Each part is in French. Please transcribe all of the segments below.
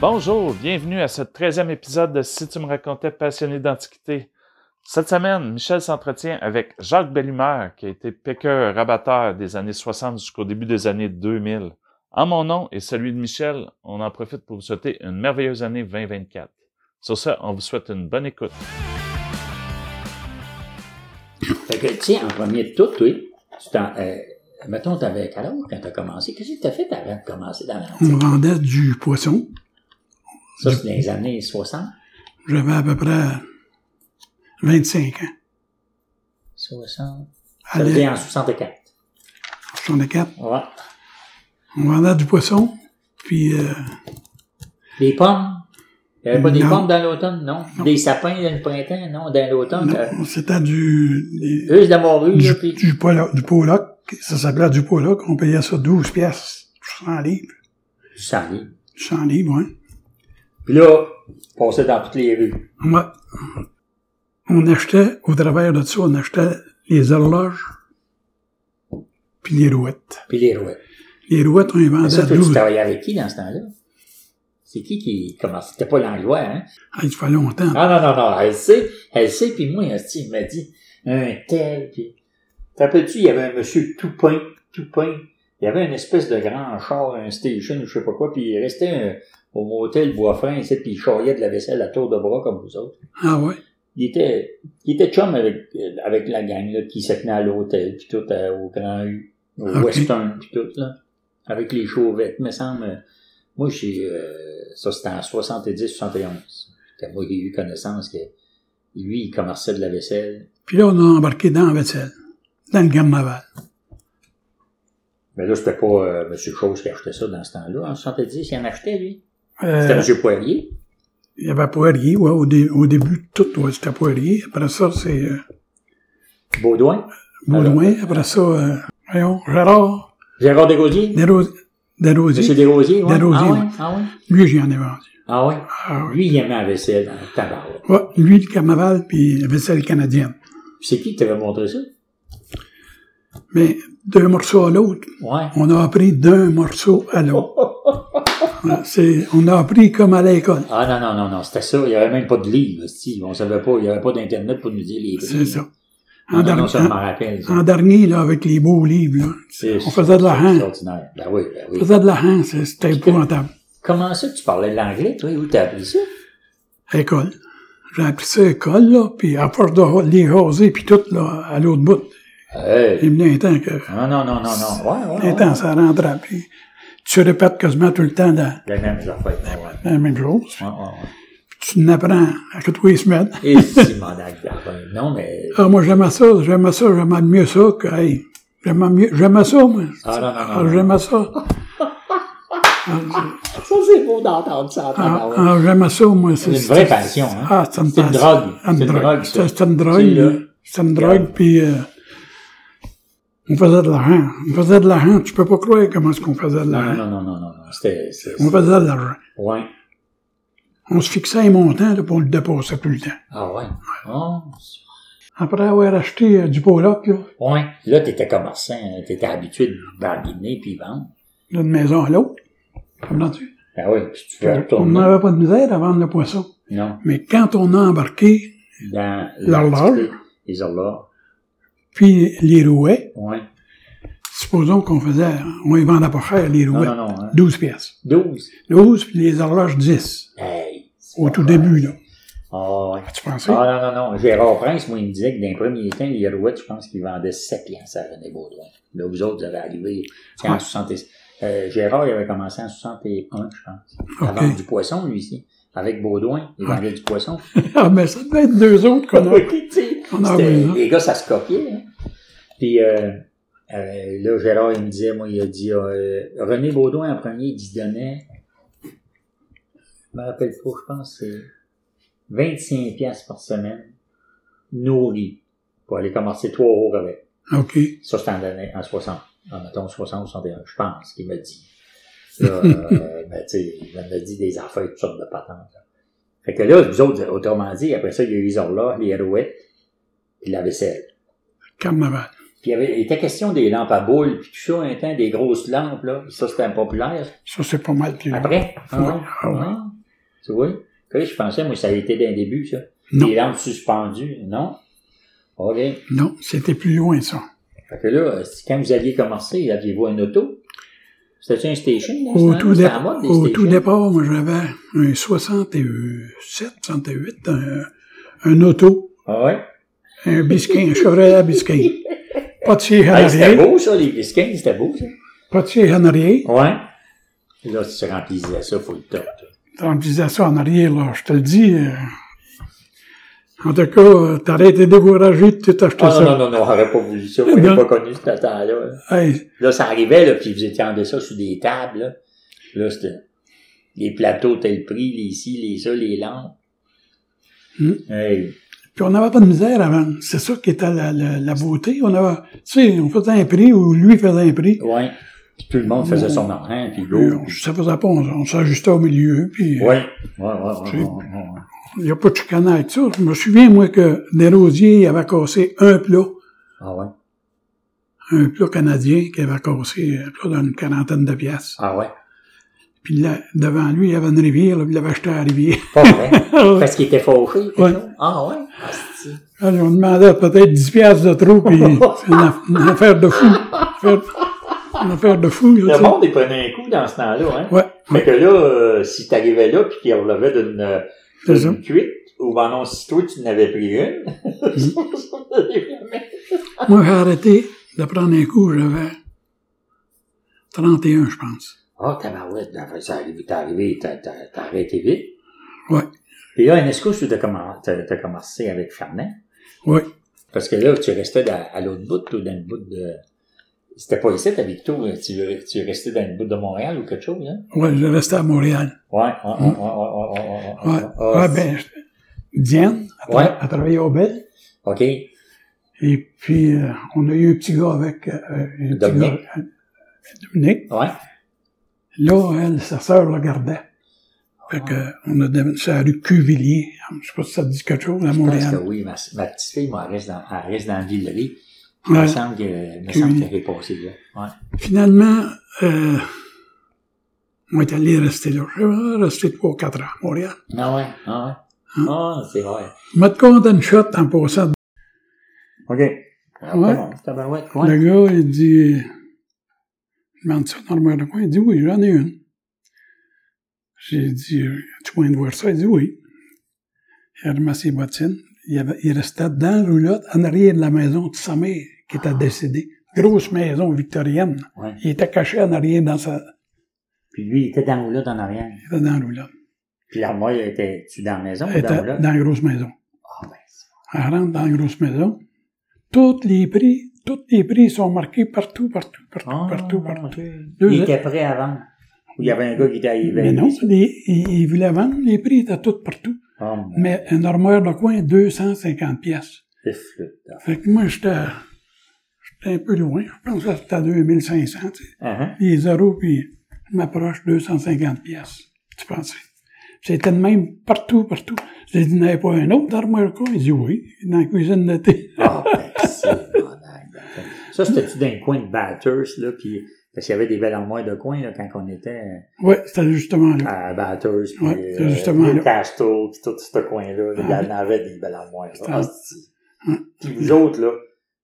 Bonjour, bienvenue à ce 13e épisode de Si tu me racontais passionné d'antiquité. Cette semaine, Michel s'entretient avec Jacques Bellumeur, qui a été piqueur rabatteur des années 60 jusqu'au début des années 2000. En mon nom et celui de Michel, on en profite pour vous souhaiter une merveilleuse année 2024. Sur ce, on vous souhaite une bonne écoute. Fait que, tiens, en premier de tout, oui, tu t'en, euh, mettons, t'avais quel âge quand t'as commencé? Qu'est-ce que t'as fait avant de commencer dans On l'antique? vendait du poisson. Ça, c'est dans les années 60? J'avais à peu près 25 ans. 60? Ça Allez, en 64. 64. Ouais. On vendait du poisson, puis euh, Des pommes? Il n'y avait pas des Non. pommes dans l'automne, non? Des sapins dans le printemps, non? Dans l'automne, t'as- non, c'était du, des- Eux, de la morue, là, du, puis... du, polo- du poloc. Ça s'appelait du poloc. On payait ça 12 piastres, 100 livres. Du sanglier. 100 livres, hein. Puis là, passait dans toutes les rues. Ouais. On achetait, au travers de ça, on achetait les horloges, puis les rouettes. Puis les rouettes. Les rouettes, on les Mais vendait ça, toi, tu 12. travaillais avec qui dans ce temps-là? C'est qui qui commençait? C'était pas l'anglois, hein? Ah, il fallait longtemps. Ah non, non, non, elle sait, elle sait, puis moi, hostie, il m'a dit, un tel, puis... T'appelles-tu, il y avait un monsieur Toupin, Toupin, il y avait une espèce de grand char, un station, je sais pas quoi, puis il restait un- au motel Bois-Fin, ici, puis il charriait de la vaisselle à tour de bras comme vous autres. Ah ouais. Il était, il était chum avec, euh, avec la gang, là, qui se tenait à l'hôtel, puis tout, euh, au Grand U, au Ok. Western, puis tout, là, avec les chauvettes, me semble. euh, Moi, j'ai, euh, ça, c'était en 70, 71. Quand moi, j'ai eu connaissance que lui, il commerçait de la vaisselle. Puis là, on a embarqué dans la vaisselle, dans le carnaval. Mais là, c'était pas euh, M. Chose qui achetait ça dans ce temps-là. En 70, il en achetait, lui. C'était Euh, M. Poirier. il y avait Poirier, ouais, au, dé- au début, tout ouais, c'était Poirier. Après ça, c'est euh, Baudouin. Baudouin. Après ça, euh, voyons, Gérard, Gérard Desrosiers. Desros- M. Desrosiers. Desrosiers, ouais. Desrosiers, Ah ouais, ouais. ah ouais. Lui, j'y en ai vendu. Ah ouais. Ah oui. Lui, il aimait la vaisselle dans le tabac. Ouais, lui, le carnaval, puis la vaisselle canadienne. C'est qui qui t'avait montré ça? Mais d'un morceau à l'autre, Ouais. on a appris d'un morceau à l'autre. Ouais, c'est- on a appris comme à l'école. Ah non, non, non, non, c'était ça. Il n'y avait même pas de livre. Si. On savait pas, il n'y avait pas d'Internet pour nous dire les prix. C'est ça. En, Ah, Non, non, dernier- non, ça, je m'en rappelle. ça. en dernier, là, avec les beaux livres, là, C'est- on faisait de la c'est hand. extraordinaire. Ben oui, ben on oui. faisait de la hand, hein, c'est- c'était épouvantable. Comment ça que tu parlais de l'anglais, toi? Où t'as appris ça? à l'école. J'ai appris ça à l'école, là, puis à force de les raser, puis tout, là, à l'autre bout, Hey. il venait un temps que... Non, non, non, non, non. Ouais, ouais, Un ouais. temps, ça rentrait, puis tu répètes quasiment tout le temps la, La même affaire. ben Ouais, ouais, la même chose. ouais, ouais. Puis tu n'apprends à que tous les semaines. Et si, mon gardien. Non, mais... Ah, moi, j'aimais ça, j'aimais ça, j'aimais mieux ça que... Hey, j'aimais mieux, j'aimais ça, moi. Ah non, Ah, non, non. non. j'aimais ça. Ça, c'est beau d'entendre ça. Ah, tabarouette. ah, j'aimais ça, moi. C'est une c'était- vraie passion, hein? Ah, c'est une C'est une passion. drogue. Ah, une C'est une drogue. drogue, ça. C'est c'est une C'est là. drogue. euh, C'est une drogue, puis euh, on faisait de l'argent. On faisait de l'argent. Tu peux pas croire comment est-ce qu'on faisait de Non, non, l'argent. non, non, non, non, non. C'était... c'est- On faisait de l'argent. Ouais. On se fixait un montant là, pour le déposer tout le temps. Ah ouais. Oh, Après avoir acheté euh, du Poloc, là, Ouais. Là, t'étais commerçant, hein, t'étais habitué de barguiner puis vendre. d'une maison à l'autre, comprends-tu? Ben oui, puis tu veux Euh, On retourner. n'avait pas de misère à vendre le poisson. Non. Mais quand on a embarqué, Dans L'horloge. l'antiquité, Les horloges. puis les rouets, Ouais. supposons qu'on faisait, on les vendait pas cher, les Non, rouets, non, non. Hein. 12 pièces. 12. 12, puis les horloges 10, Hey. c'est au tout pas début, vrai. là. Ah ouais. Tu pensais? Ah non, non, non. Gérard Prince, moi, il me disait que dans les premiers temps, les rouettes, je pense qu'ils vendaient 7 piastres à René Baudouin. Là, vous autres, vous avez arrivé c'est en Ouais. 60 euh, Gérard, il avait commencé en 61, je pense. À Ok. vendre du poisson, lui, ici. Avec Baudouin, il vendait du poisson. Ah, mais ça devait être deux autres qu'on a. Oui, tu sais, On a c'était- vu, hein. Les gars, ça se copiait. hein. Puis euh, euh, là, Gérard, il me disait, moi, il a dit, euh, René Baudouin, en premier, il se donnait, je me rappelle pas, je pense, que c'est 25 piastres par semaine, nourri, pour aller commencer trois jours avec. hein. OK. Ça, c'était en, année- en 60, en mettons 60 61, je pense, qu'il m'a dit. Là, euh, ben, tu sais, il m'a dit des affaires, toutes sortes de patentes. là. Fait que là, vous autres, autrement dit, après ça, il y a eu les horloges, les rouettes, puis la vaisselle. Carnaval. Puis il, y avait, il était question des lampes à boules, puis tout ça, un temps, des grosses lampes, là. Ça, c'était impopulaire. Ça, c'est pas mal plus. Après, Ouais. hein, Ah ouais. hein, Tu vois? Que je pensais, moi, ça avait été d'un début, ça. Non. Des lampes suspendues, non? OK. Non, c'était plus loin, ça. Fait que là, c'est- quand vous aviez commencé, aviez-vous un auto? C'était-tu un station? là, Au ça? tout, C'était dé- à la mode, les au tout stations? départ, moi, j'avais un 67, 68, un, un auto, Ah ouais? un biscuit, un Chevrolet à biscuit. Pas de siège en Hey, c'était arrière. beau, ça, les biscuits, c'était beau, ça. Pas de siège en arrière. Ouais. Là, tu te remplissais ça, faut le top. toi. On disait ça en arrière, là. Je te le dis. euh, En tout cas, euh, t'aurais été découragé de tout acheter Ah ça. Eh ben. non, non, non, non, on n'aurait pas voulu ça. On Non. n'aurait pas connu ce temps-là. là. Hey, Là, ça arrivait, là, puis vous étiez ça sur des tables. Là, là c'était les plateaux tel prix, les ci, les ça, les lampes. Hmm. Hey. puis on n'avait pas de misère avant. C'est ça qui était la, la- la beauté. On avait, tu sais, on faisait un prix ou lui faisait un prix. Ouais. Puis tout le monde faisait son argent, puis Puis go. on- Ça faisait pas, on, on s'ajustait au milieu. Puis, euh, Ouais. Ouais, ouais, ouais, ouais, ouais, ouais. Il n'y a pas de chicane avec ça. Je me souviens, moi, que Desrosiers avait cassé un plat, Ah ouais. un plat canadien qui avait cassé euh, un plat d'une quarantaine de piastres. Ah ouais. Puis là, devant lui, il y avait une rivière, là, puis il l'avait acheté à la rivière. Pas vrai. Alors, Parce qu'il était fauché. quelque Ouais. chose. Ah ouais. Ah, c'est- on demandait peut-être 10 piastres de trop, puis c'est une, aff- une affaire de fou. Une affaire, une affaire de fou. là, Le tu sais. monde, il prenait un coup dans ce temps-là, hein. Ouais, Fait que là, euh, si t'arrivais là, puis qu'il relevait d'une euh, C'est ça. d'une cuite, ou ben non, si toi, tu n'avais pris une. Mm. Moi, j'ai arrêté de prendre un coup, j'avais 31, je pense. Ah, tabarouette, ben, ça arrive, t'es arrivé, t'as t'as- t'as arrêté vite. Ouais. Et là, NSCO, tu as commencé avec Fernand. Oui. Parce que là, tu restais dans- à l'autre bout, toi, dans le bout de... C'était pas ici, ta Victo, là. tu, tu restais dans le bout de Montréal ou quelque chose, hein? Ouais, je restais à Montréal. Ouais, ouais, ouais, Mm. ouais, ouais, ouais, Ouais, ouais, ouais, ouais, ben, je- Diane, elle Ah, Ouais. tra- elle travaillait au Bell. OK. Et puis, euh, on a eu un petit gars avec euh, un petit Dominique. gars, euh, Dominique. Ouais. Là, elle, sa sœur le gardait. Fait que, euh, on a déménagé sur la rue Cuvillier. Je sais pas si ça te dit quelque chose, à Je pense que Montréal. oui, ma, ma petite fille, moi, elle reste dans, elle reste dans Villeray. Il Ouais. me semble que, il me semble Oui. qu'elle est passée là. Ouais. Finalement, euh, on est allé rester là. Je vais rester trois, quatre ans à Montréal. Ah ouais, ah ouais. Hum. Ah, c'est vrai. Je me compte une shot en passant. OK. Ah, Ouais. Tabarouette, ouais. Le gars, il dit, je demande ça normalement de quoi? Il dit oui, j'en ai une. J'ai dit, tu viens de voir ça? Il dit oui. Il a remis ses bottines. Il, avait- il restait dans la roulotte, en arrière de la maison de sa mère, qui était décédée. Grosse maison victorienne. Ouais. Il était caché en arrière dans sa, Puis lui, il était dans le là, dans l'arrière. il était dans la roulotte. Puis l'armoire, elle était, tu dans la maison Il ou dans était le là? dans la grosse maison. Ah ben, c'est- Elle rentre dans la grosse maison. Tous les prix, tous les prix sont marqués partout, partout, partout, Ah, partout, partout. Deux- Il était prêt avant. Ou il y avait un gars qui était arrivé. Mais non, les- Ben, ils ils voulaient vendre, les prix étaient tous partout. Oh, mon Mais un armoire de coin, 250 pièces. pif, là. Fait que moi, j'étais, j'étais un peu loin. Je pense que c'était à 2500, tu sais. Ah, hein. Puis les euros, puis je m'approche 250 pièces. Tu pensais? C'était de même partout, partout. J'ai dit, n'avez pas un autre armoire de coin? Il dit oui, dans la cuisine d'été. Ah, ben, c'est malade. Ça, c'était-tu dans le coin de Batters, là, puis... Parce qu'il y avait des belles armoires de coin, là, quand on était Ouais, c'était justement là. à Batters, puis Ouais, euh, c'est justement le là. Castle, puis tout ce coin-là. là, Il y en avait des belles armoires. là. Ah, c'est- puis vous autres, là,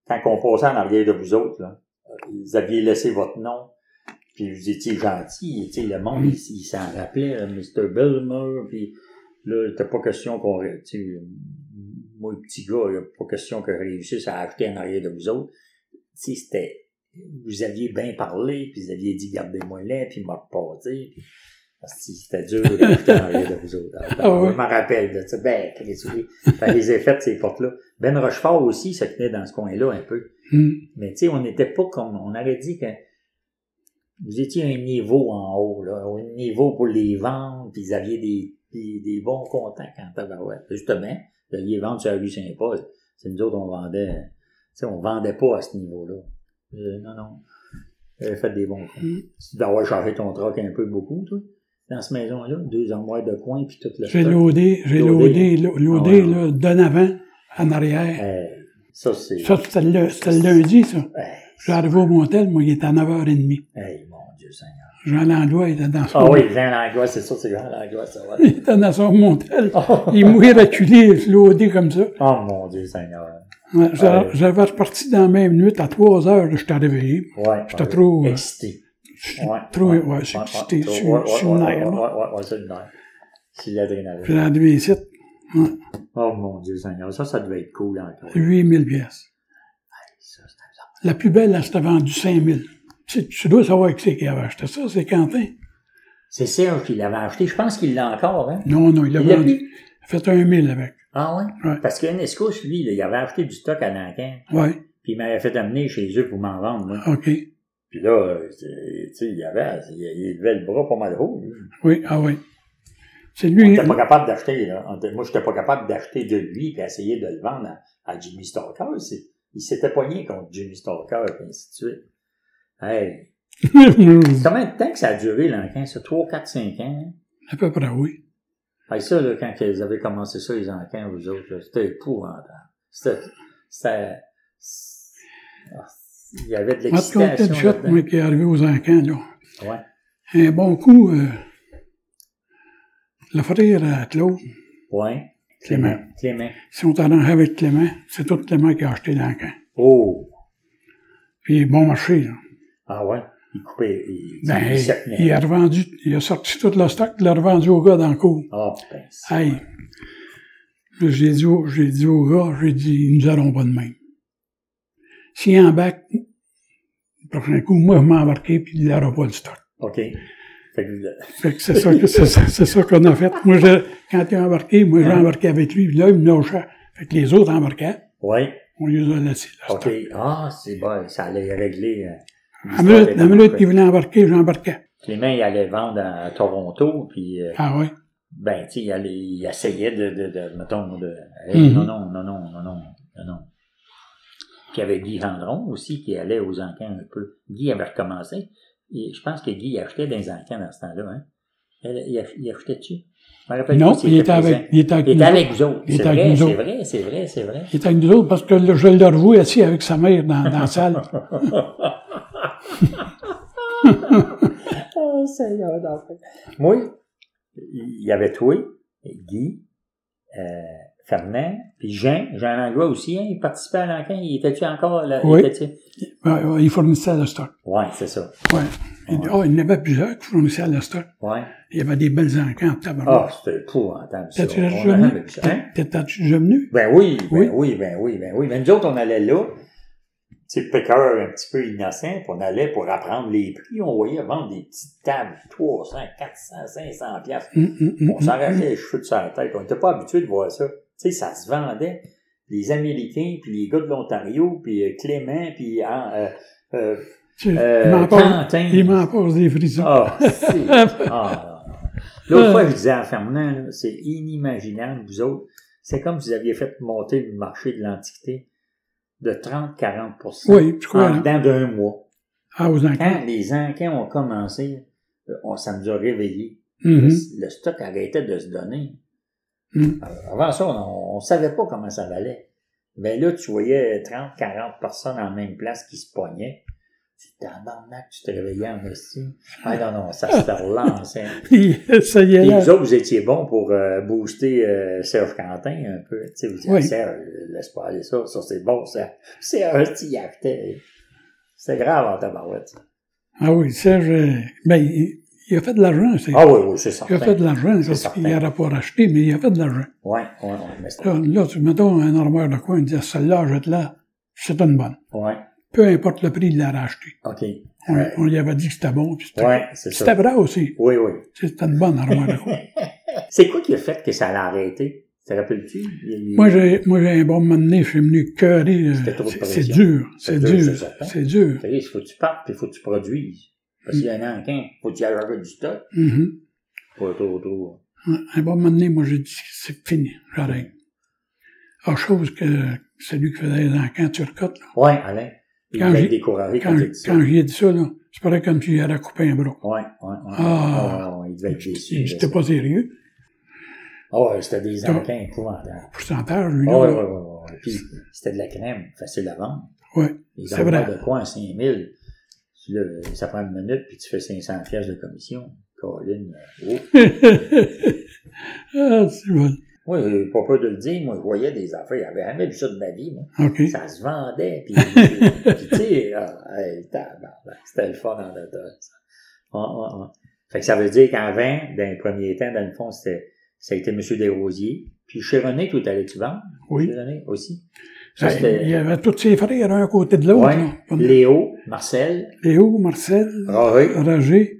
quand on passait en arrière de vous autres, là, Euh, vous aviez laissé votre nom, puis vous étiez gentil, tu sais, le monde, il, il s'en rappelait, là, Mr. Belmer, puis là, t'as pas question qu'on, ré- tu sais, moi, le petit gars, il a pas question que je réussisse à acheter en arrière de vous autres. Tu sais, c'était, vous aviez bien parlé, puis vous aviez dit, gardez-moi là, puis il m'a reparti, puis Asti, c'était dur d'acheter en arrière de vous autres. Ah oui. Je m'en rappelle de ça. Ben, Chris, oui. Ça les a faites, ces portes-là. Ben Rochefort aussi, ça tenait dans ce coin-là un peu. Hum. Mais tu sais, on n'était pas comme. On aurait dit que vous étiez un niveau en haut, là, un niveau pour les vendre, puis vous aviez des, des, des bons contacts en tabarouette. Justement, vous aviez vendre sur la rue Saint-Paul. C'est nous autres, on vendait. Tu sais, on vendait pas à ce niveau-là. Euh, non, non. Vous avez fait des bons coups. Mm. Tu dois avoir chargé ton troc un peu beaucoup, toi, dans cette maison-là. Deux armoires de coin, puis tout le J'ai stock. l'audé, j'ai L'audé. l'audé, l'audé, Ah ouais. là, d'en avant, en arrière. Euh, ça, c'est. Ça, c'était le, c'était le lundi, ça. Hey, Je suis arrivé au motel, moi, il était à 9h30. hey, mon Dieu Seigneur. Jean Langlois était dans son, Ah oui, Jean Langlois, c'est sûr, c'est Jean Langlois, ça va. il était dans son montel. Oh, Il mouillait reculé, flotté comme ça. Oh, mon Dieu, Seigneur. Ouais, j'a- Ouais. J'avais reparti dans la même nuit à 3 heures, je t'ai réveillé. Ouais. J'étais ouais. trop, euh, Excité. Ouais. Trop, ouais, c'est ouais, excité, trop- sur- ouais, ouais, sur le ouais, nerf, Ouais, là. ouais, ouais, ouais, sur le nerf. C'est Puis l'adrénaline. j'ai arrivé ici, Oh, mon Dieu, Seigneur. Ça, ça devait être cool encore. 8000 pièces. Ça, c'est- La plus belle, elle s'était vendue 5000. Tu, tu dois savoir qui c'est qui avait acheté ça, c'est Quentin. C'est Serge qui l'avait acheté. Je pense qu'il l'a encore, hein. Non, non, il l'a Il l'a vendu. Il a fait un 1000 avec. Ah ouais? Ouais. Parce que Nescos, lui, là, il avait acheté du stock à Nankin, Ouais, puis il m'avait fait amener chez eux pour m'en vendre. Moi. OK. Puis là, euh, c'est- tu sais, il avait, il, il levait le bras pas mal haut. lui. Oui, ah oui. C'est On lui. était pas capable d'acheter, là. On était- Moi, j'étais pas capable d'acheter de lui puis essayer de le vendre à, à Jimmy Stalker. C'est- Il s'était pogné contre Jimmy Stalker, et ainsi de suite. Hey. Combien de temps que ça a duré, l'enquin? Ça, 3, 4, 5 ans? hein? à peu près, oui. Hey, ça, là, quand ils avaient commencé ça, les enquins, vous autres, là, c'était épouvantable. C'était. C'était. Ah, Il y avait de Moi, te comptais l'excitation. du shot, là-dedans. moi, qui est arrivé aux encans, là. Ouais. Un bon coup, euh, l'offrir à Claude. Ouais. Clément. Clément. Si on t'arrange avec Clément, c'est tout Clément qui a acheté l'encan. Oh! Puis bon marché, là. Ah ouais? Il coupait. Il, Ben, il se il, tenait. il a revendu, il a sorti tout le stock, il l'a revendu au gars dans le cours. Ah, ben, c'est- Hey! J'ai dit, au- j'ai dit au gars, j'ai dit, nous n'allons pas de même. S'il en bac, le prochain coup, moi, je m'embarquer, puis il n'aura pas le stock. OK. Fait que, euh, Fait que c'est ça, que- c'est ça, c'est ça qu'on a fait. Moi, je, quand il a embarqué, moi, j'ai Hein? embarqué avec lui, puis là, il me lâchait. Fait que les autres embarquaient, ouais. on les a laissés. le OK. stock. Ah, c'est bon. Ça allait régler. euh, La minute, la l'histoire minute des qu'il voulait embarquer, j'embarquais. Clément, il allait vendre à, à Toronto, puis, euh, Ah oui. ben, tu sais, il, allait- il essayait de, de, de mettons, de. Hey, Mhm. Non, non, non, non, non, non, non, non. Puis il y avait Guy Gendron aussi qui allait aux encans un peu. Guy avait recommencé. Et je pense que Guy achetait des encans dans ce temps-là. Hein. Il, il ach- il achetait-tu? Je me rappelle pas Non, s'il il était avec, présent. il était avec Il était nous avec autres. vous autres. Il C'est était avec vrai, nous c'est autres. vrai, c'est vrai, c'est vrai. Il était avec nous autres parce que là, je le revois assis avec sa mère dans, dans la salle. oh, Seigneur d'enfer. Moi, il y avait toi, Guy, euh, Fernand, puis Jean, Jean Langlois aussi, hein, il participait à l'enquête, il était-tu encore là? il Oui. était-tu- Ouais, ouais, il fournissait le stock. Ouais, c'est ça. Ouais. Il, Ah Ouais. oh, il y en avait plusieurs qui fournissaient le stock. Ouais. Il y avait des belles encans, Ah, tabarnak. c'était épouvantable, ça. T'as-tu On déjà en venu? avait ça, hein? T'es- T'as-tu déjà venu? Ben oui, ben Oui. oui, ben oui, ben oui. Mais nous autres, on allait là, c'est pécœur un petit peu innocent, puis on allait pour apprendre les prix. On voyait vendre des petites tables, 300, 400, 500 piastres. Hum, hum, hum, On s'arrachait hum. les cheveux de sa tête. On n'était pas habitué de voir ça. Tu sais, ça se vendait. Les Américains, puis les gars de l'Ontario, puis euh, Clément, puis hein, euh, euh, Tu- Il euh, m'en passe- Quentin. il m'en passe des frissons. Ah, c'est- ah, non, non. L'autre fois, je disais à Fernand, là, c'est inimaginable, vous autres. C'est comme si vous aviez fait monter le marché de l'Antiquité de 30-40 Oui, je crois. en là. dedans d'un mois. Ah, aux encans. Ah. Quand les encans ont commencé, euh, on, ça nous a réveillés. Mhm. Le- Le stock arrêtait de se donner. Mhm. Euh, Avant ça, on ne savait pas comment ça valait. Mais là, tu voyais 30-40 personnes en même place qui se pognaient. Tu tabarnak, tu te réveillais en estime. Ah non, non, ça se relançait. Puis, ça y est Et vous là. autres, vous étiez bons pour euh, booster euh, Serge Quentin un peu. Tu sais, vous disiez, Oui. Serge, laisse pas aller ça, ça c'est bon, ça. Serge, tu y achetais. C'est grave en tabarouette. ça. Ah oui, Serge, euh, ben, il, il a fait de l'argent, c'est. Ah oui, oui, c'est il certain. a fait de l'argent, C'est parce certain. qu'il n'aurait pas racheté, mais il a fait de l'argent. Oui, oui, oui. Mais c'est- Là, là, tu mettons un armoire de coin, il dit ah, celle-là, jette-la, c'est une bonne. ouais, Peu importe le prix, il l'a racheté. OK. On, Ouais. on lui avait dit que c'était bon, puis c'était Ouais, c'est C'était ça. vrai aussi. Oui, oui. C'était une bonne armoire de coin. C'est quoi qui a fait que ça l'a arrêté? Te rappelles-tu? Il- il- moi, j'ai, moi, j'ai un bon moment donné, je suis venu cœurer. euh, C'était trop de c'est- pression. C'est dur, C'est c'est dur, dur, c'est certain. c'est dur. Chris, faut que tu partes, puis faut que tu produises. Parce qu'il y en a un enquin, faut que tu ailles du stock. Mhm. Pas trop, trop. Ouais, Un bon moment donné, moi, j'ai dit, c'est fini, j'arrête. Autre chose que celui qui faisait les encans turcotte, là. Ouais, Alain. Il Quand va j'ai- être découragé quand, quand, tu dis ça. quand j'ai dit ça, là, c'est pareil comme s'il avait coupé un bras. Ouais, ouais, ouais. Ah. Ah, ouais, il devait être déçu. là, J'étais pas sérieux. Ah ouais, c'était des encans épouvantables. Pourcentage, lui, Ah là, ouais, ouais, là. ouais, ouais. ouais. Puis, c'était de la crème, facile à vendre. Ouais, Les c'est vrai. encarts de quoi à 5000? Puis là, ça prend une minute, puis tu fais 500 pièces de commission. Colin, oh. ah, c'est bon. Moi, j'ai pas peur de le dire, moi, je voyais des affaires. J'avais jamais vu ça de ma vie, moi. OK. Ça se vendait, puis, puis tu sais, ah, hey, tabarnak, c'était le fun en dedans, ça. Ah, ah, ah. Fait que ça veut dire qu'en 20, dans les premiers temps, dans le fond, c'était, ça a été M. Desrosiers. Puis chez René, tout allait-tu vendre? Oui. Chez René aussi. Ça, Ça, c'était- il y avait tous ses frères un à côté de l'autre. Ouais. Ah. là. Comme Léo, Marcel, Léo, Marcel, Rory. Roger.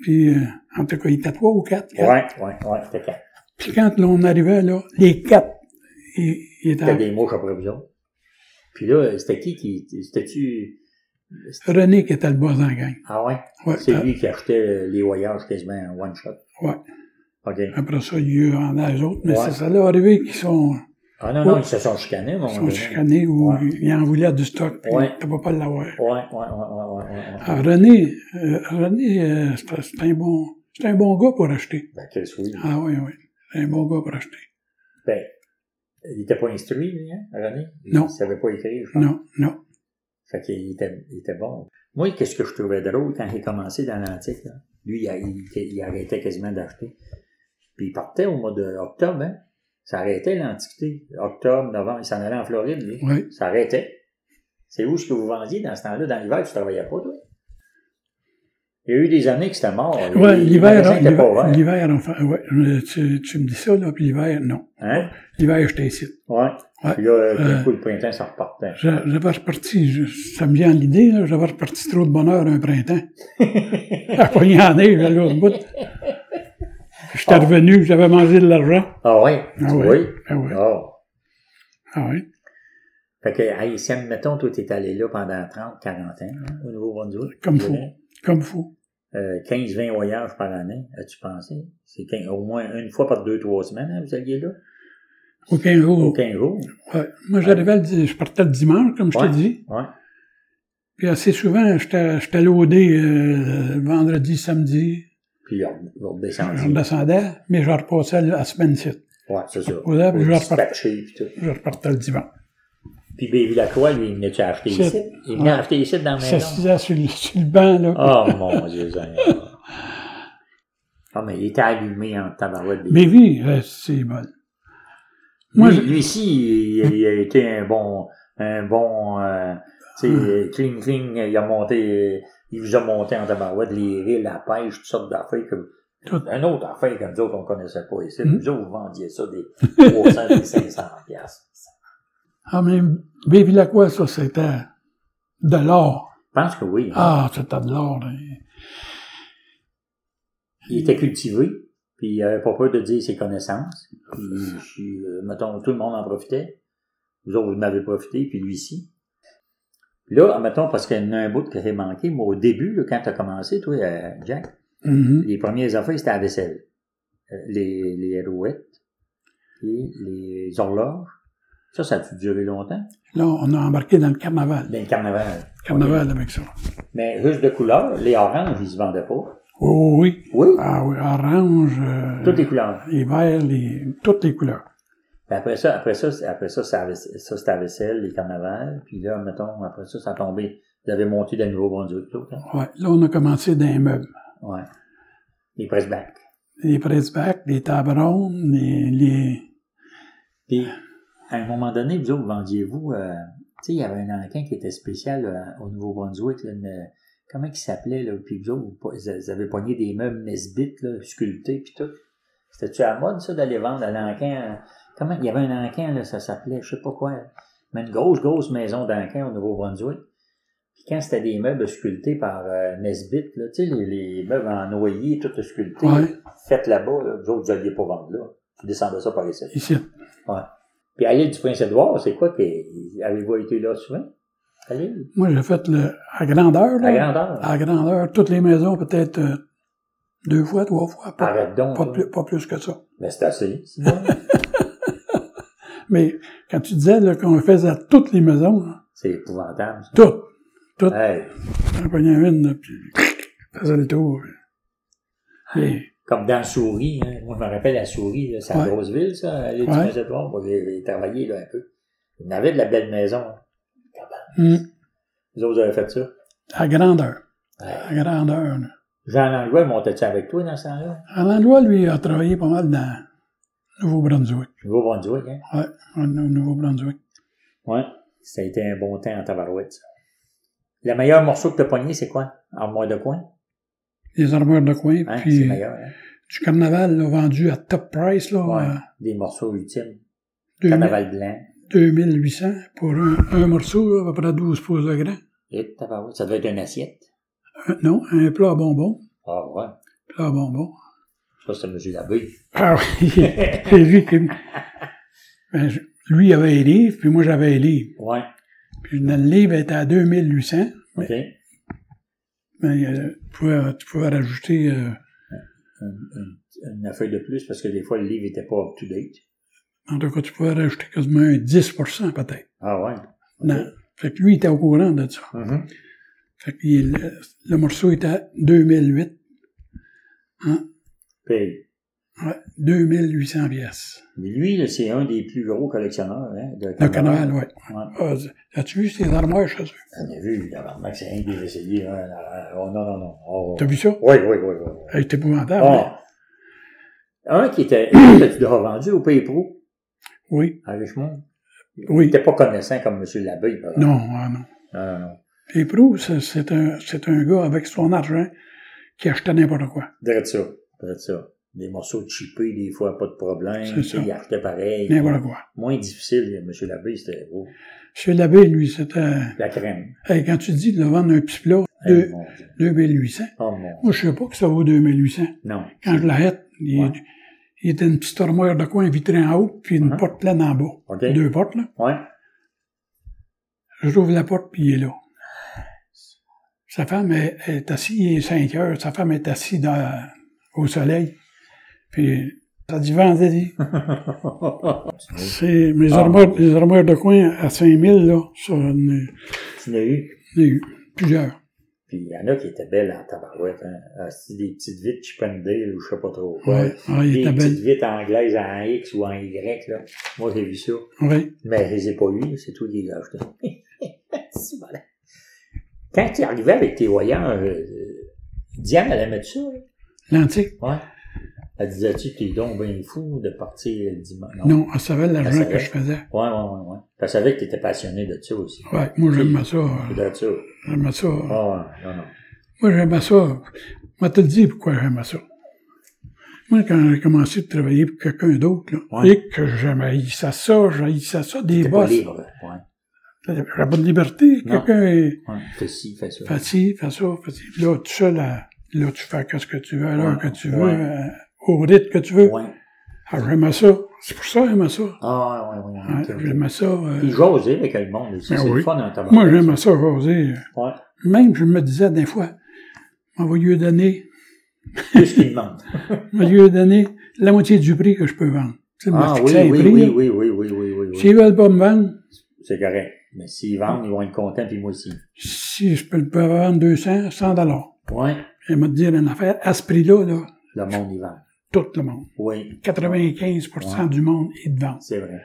Puis, euh, en tout cas, il était trois ou quatre. quatre. Ouais, ouais, ouais, c'était quatre. Puis quand on arrivait, là, les quatre, ils, ils étaient... C'était des mots après vous autres. Puis là, c'était qui qui, c'était-tu, René qui était le boss en gang. ah ouais? Ouais, C'est euh, lui qui achetait euh, les voyages quasiment en one shot. Ouais. OK. Après ça, il y a eu en a les autres. Mais Ouais. c'est ça là arrivé qu'ils sont, Ah non, non, Ouais. ils se sont chicanés, mon ils sont chicanés ou Ouais. ils en voulaient du stock. Puis Ouais. Tu ne pas l'avoir. Ouais, ouais, ouais, ouais, ouais, ouais. ouais. Ah, René, euh, René euh, c'est c'est un, bon, c'est un bon gars pour acheter. Ben, qu'est-ce que oui. Ah oui, oui. C'est un bon gars pour acheter. Ben, il était pas instruit, lui, hein, René? Non. Il savait pas écrire, je pense. Non, non. Fait qu'il était, il était bon. Moi, qu'est-ce que je trouvais drôle quand j'ai commencé dans l'antique, là? Lui, il, a- il, il arrêtait quasiment d'acheter. Puis il partait au mois d'octobre, hein? Ça arrêtait l'antiquité. Octobre, novembre, il s'en allait en Floride, lui. Oui. Ça arrêtait. C'est où ce que vous vendiez dans ce temps-là? Dans l'hiver, tu travaillais pas, toi? Il y a eu des années que c'était mort. Ouais, Les- les l'hiver, magasins hein, étaient pas l'hiver, ouverts. l'hiver, enfin, ouais, euh, tu, tu me dis ça, là, puis l'hiver, non. Hein? L'hiver, j'étais ici. Ouais. Ouais. Puis là, euh, tout d'un Euh, coup, le printemps, ça repartait. J'a- J'avais reparti, je- ça me vient à l'idée, là, j'avais reparti trop de bonheur un printemps. Après, il y en a, j'allais l'autre bout. J'étais revenu, j'avais mangé de l'argent. Ah ouais? Ah ouais. oui? Ah oui, Ah. ah oui. Fait que, hey, si, admettons, toi, t'es allé là pendant 30, 40 ans, hein, au Nouveau-Brunswick. Comme je faut. dirais, Comme faut. Euh, 15, 20 voyages par année, as-tu pensé? C'est quin- au moins une fois par deux, trois semaines, hein, vous alliez là? Aucun jour. Au 15 jours? Ouais. Moi, j'arrivais, le di- je partais le dimanche, comme je Ouais. t'ai dit. Ouais. Puis assez souvent, j'étais j'étais loadé euh, vendredi, samedi. Puis, on, on Je redescendit. redescendais, mais je repassais la semaine 6. Ouais, c'est ça. Au lab, Faut je vais dispatcher, puis tout. Je repartais le dimanche. Puis Baby Lacroix, lui, il venait-tu acheter C'est- ici? Il venait Ouais. acheter ici dans la maison. S'assisait sur, le- sur le banc, là. Oh mon Dieu, Seigneur. Ah, mais il était allumé en tabarouette. Baby. Mais oui, euh, c'est bon. Moi, lui, je- lui aussi, il, il a été un bon, un bon, euh, tu sais, Hmm. cling cling, il a monté, il vous a monté en tabarouette les rilles, la pêche, toutes sortes d'affaires que, Tout. un autre affaire que nous autres, on connaissait pas ici. Mm. Nous autres, vous vendiez ça des 300, des 500 piastres. ah, mais Baby Lacroix, ça, c'était de l'or. Je pense que oui. Ah, c'était de l'or. hein. Il était cultivé, puis il avait pas peur de dire ses connaissances. Puis, puis, euh, mettons, tout le monde en profitait. Vous autres, vous en avez profité, puis lui ici. Là, mettons, parce qu'il y en a un bout que j'ai manqué, moi, au début, là, quand tu as commencé, toi, euh, Jack, Mhm. les premières affaires, c'était à la vaisselle. Euh, Les, les rouettes, et les horloges. Ça, ça a duré longtemps? Là, on a embarqué dans le carnaval. Dans le carnaval. Carnaval avec ça. Mais juste de couleur, les oranges, ils se vendaient pas. Oh, oui. Oui, Ah oui, orange, euh, toutes les couleurs. les verts, les, toutes les couleurs. Puis après ça, après ça, c'est- après ça, c'est la vaisselle- ça, c'était la vaisselle, les carnavals. Puis là, mettons, après ça, ça a tombé. Vous avez monté dans le Nouveau-Brunswick, l'autre, hein? Ouais, là, on a commencé dans les meubles. Ouais. Les presse-bacs. Les presse-bacs, les tables rondes, les, les... Puis, à un moment donné, vous autres, vendiez-vous, euh, tu sais, il y avait un enquin qui était spécial euh, au Nouveau-Brunswick, là, une- comment il s'appelait, là? Puis vous autres, vous, po- vous avez pogné des meubles Nesbit, là, sculptés, puis tout. C'était-tu à la mode, ça, d'aller vendre à l'enquin? euh, Comment? Il y avait un enquin, là, ça s'appelait, je sais pas quoi. Mais une grosse, grosse maison d'enquin au Nouveau-Brunswick. Puis quand c'était des meubles sculptés par euh, Nesbit, là, tu sais, les, les meubles en noyer, tout sculpté, Ouais. faites là-bas, là, vous autres, vous n'alliez pas vendre là. Vous descendez ça par ici. Ici. Puis à l'île du Prince-Édouard, c'est quoi que. Avez-vous été là souvent? À l'île? Moi, j'ai fait le, à grandeur, là. À grandeur. À grandeur, toutes les maisons, peut-être euh, deux fois, trois fois. Pas, Arrête donc. pas toi. plus, pas plus que ça. Mais c'est assez. sinon. Mais quand tu disais là, qu'on faisait toutes les maisons, là, c'est épouvantable. ça. toutes, Hey, on prenait une, là, puis faisait le tour. Ah. Et, comme dans Souris, hein. Moi, je me rappelle à Souris, là, c'est à Ouais. Grosseville, ça, à l'île du Ouais. Prince-Édouard. Moi, j'ai j'ai travaillé là un peu. Il y en avait de la belle maison. hum, Vous autres, vous avez fait ça? À grandeur. À grandeur, là. Jean Langlois, montait-tu avec toi dans ce temps-là? Alain Lois, lui, a travaillé pas mal dans le Nouveau-Brunswick. Nouveau-Brunswick, hein? Ouais, au Nouveau-Brunswick. Ouais. Ça a été un bon temps en tabarouette, ça. Le meilleur morceau que t'as pogné, c'est quoi? Armoire de coin? Des armures de coin, Hein? C'est puis meilleur, hein? du carnaval, là, vendu à top price, là, Ouais. à Des morceaux ultimes. 2000 Carnaval blanc. 2800 pour un, un morceau, là, à peu près 12 pouces de grand. Et tabarouette, ça doit être une assiette. Un- non, un plat à bonbons. Ah ouais. Plat à bonbons. Ça, c'est M. Labbé. Ah oui, c'est lui qui... Ben, je- lui, il avait un livre, puis moi, j'avais un livre. Ouais. Puis dans le livre, il était à 2800. OK. Ben, euh, tu, pouvais, tu pouvais rajouter... euh, Une, une- une affaire de plus parce que des fois, le livre n'était pas up-to-date. en tout cas, tu pouvais rajouter quasiment un 10 peut-être. Ah ouais. OK. Non. Fait que lui, il était au courant de ça. Mhm. Fait que il- le, le morceau était à 2008. Puis, Ouais, 2800 pièces. lui, là, c'est un des plus gros collectionneurs hein, de Le canal, ouais. Ouais. Ah, z- As-tu vu ces armoires chez eux? On a vu, d'abord, c'est un que j'ai essayé. hein, là, là, oh, non, non, non. Oh, T'as vu ça? Oui, oui, oui. oui, oui. Elle était épouvantable. hein? Ah. Un qui était, que tu dois vendu au Pays Pro, Oui, à Richemont. Il oui. n'était pas connaissant comme M. Labbé. par exemple. Non, ah non. Non, non, non. Et Proulx, c'est c'est un, c'est un gars avec son argent qui achetait n'importe quoi. Dirais ça. Dirais ça. Des morceaux chippés, des fois, pas de problème. C'est tu sais, ça. Il achetait pareil. N'importe quoi. Moins difficile, M. Labbé, c'était oh, Chez l'abbé, lui, c'était... la crème. Hey, quand tu dis de le vendre un petit plat, Eh, de mon Dieu. 2800, Oh mon moi, je sais pas que ça vaut 2800. Non. Quand je l'arrête, il, Ouais. il était une petite armoire de coin vitrée en haut, puis une Mhm. porte pleine en bas. OK. Deux portes, là. Ouais. Je rouvre la porte, puis il est là. Sa femme est, est assise, il est 5 heures, sa femme est assise dans- au soleil. Puis, ça dit vendredi. C'est mes Ah. armoires, les armoires de coin à 5000, là, ça, j'en ai- tu n'as eu. j'en ai eu plusieurs. Puis il y en a qui étaient belles en tabarouette. Hein. Ah, c'est des petites vites chipendales ou je sais pas trop quoi. Ouais. Ah, il Des était petites belle. vites anglaises en X ou en Y. Là. Moi, j'ai vu ça. Ouais. Mais je les ai pas eues. C'est tout qui les a achetées. C'est malin. Quand tu arrivais avec tes voyants, euh, euh, Diane, elle aimait ça. là? L'antique, Ouais. Elle disait-tu, t'es donc bien fou de partir le dimanche? non, elle savait l'argent Ah. savait. que je faisais. Ouais, ouais, ouais, ouais. Elle savait que t'étais passionné de ça aussi. Ouais, moi, j'aimais ça. euh, De ça. J'aimais ça. Ah, ouais, non, non. Moi, j'aimais ça. Je vais te le dire pourquoi j'aimais ça. Moi, quand j'ai commencé de travailler pour quelqu'un d'autre, là, Ouais. et que j'aimais ça, ça, j'haïssais ça, des T'es pas boss. libre. Ouais. J'avais pas de liberté. Non. Quelqu'un est Ouais. Fais ci, fais ça. fais ci, fais ça, fais ci. Puis Là, tout seul, là, là, tu fais ce que tu veux, à l'heure que Ouais. tu veux, Ouais. euh, au rythme que tu veux. Ouais. Ah, j'aimais ça. C'est pour ça que j'aimais ça. Ah, ouais, ouais, ouais. Hein, ok, ok. J'aimais ça. euh, Il jasait avec le monde aussi. Ben c'est oui. le fun dans ta moi, j'aimais ça, oser. Ouais. Même, je me disais des fois, on va lui donner Qu'est-ce qu'il demande? Je vais lui donner la moitié du prix que je peux vendre. C'est Ah oui, oui, oui, oui, oui, oui, oui, oui, oui. S'ils veulent pas me vendre, C'est correct. Mais s'ils vendent, ils vont être contents, puis moi aussi. si je peux le peux vendre 200, 100 dollars. Ouais. Elle m'a dit une affaire, à ce prix-là, là, Le monde, il vend. tout le monde, Oui, 95 Ouais. du monde, ils te vendent. c'est vrai.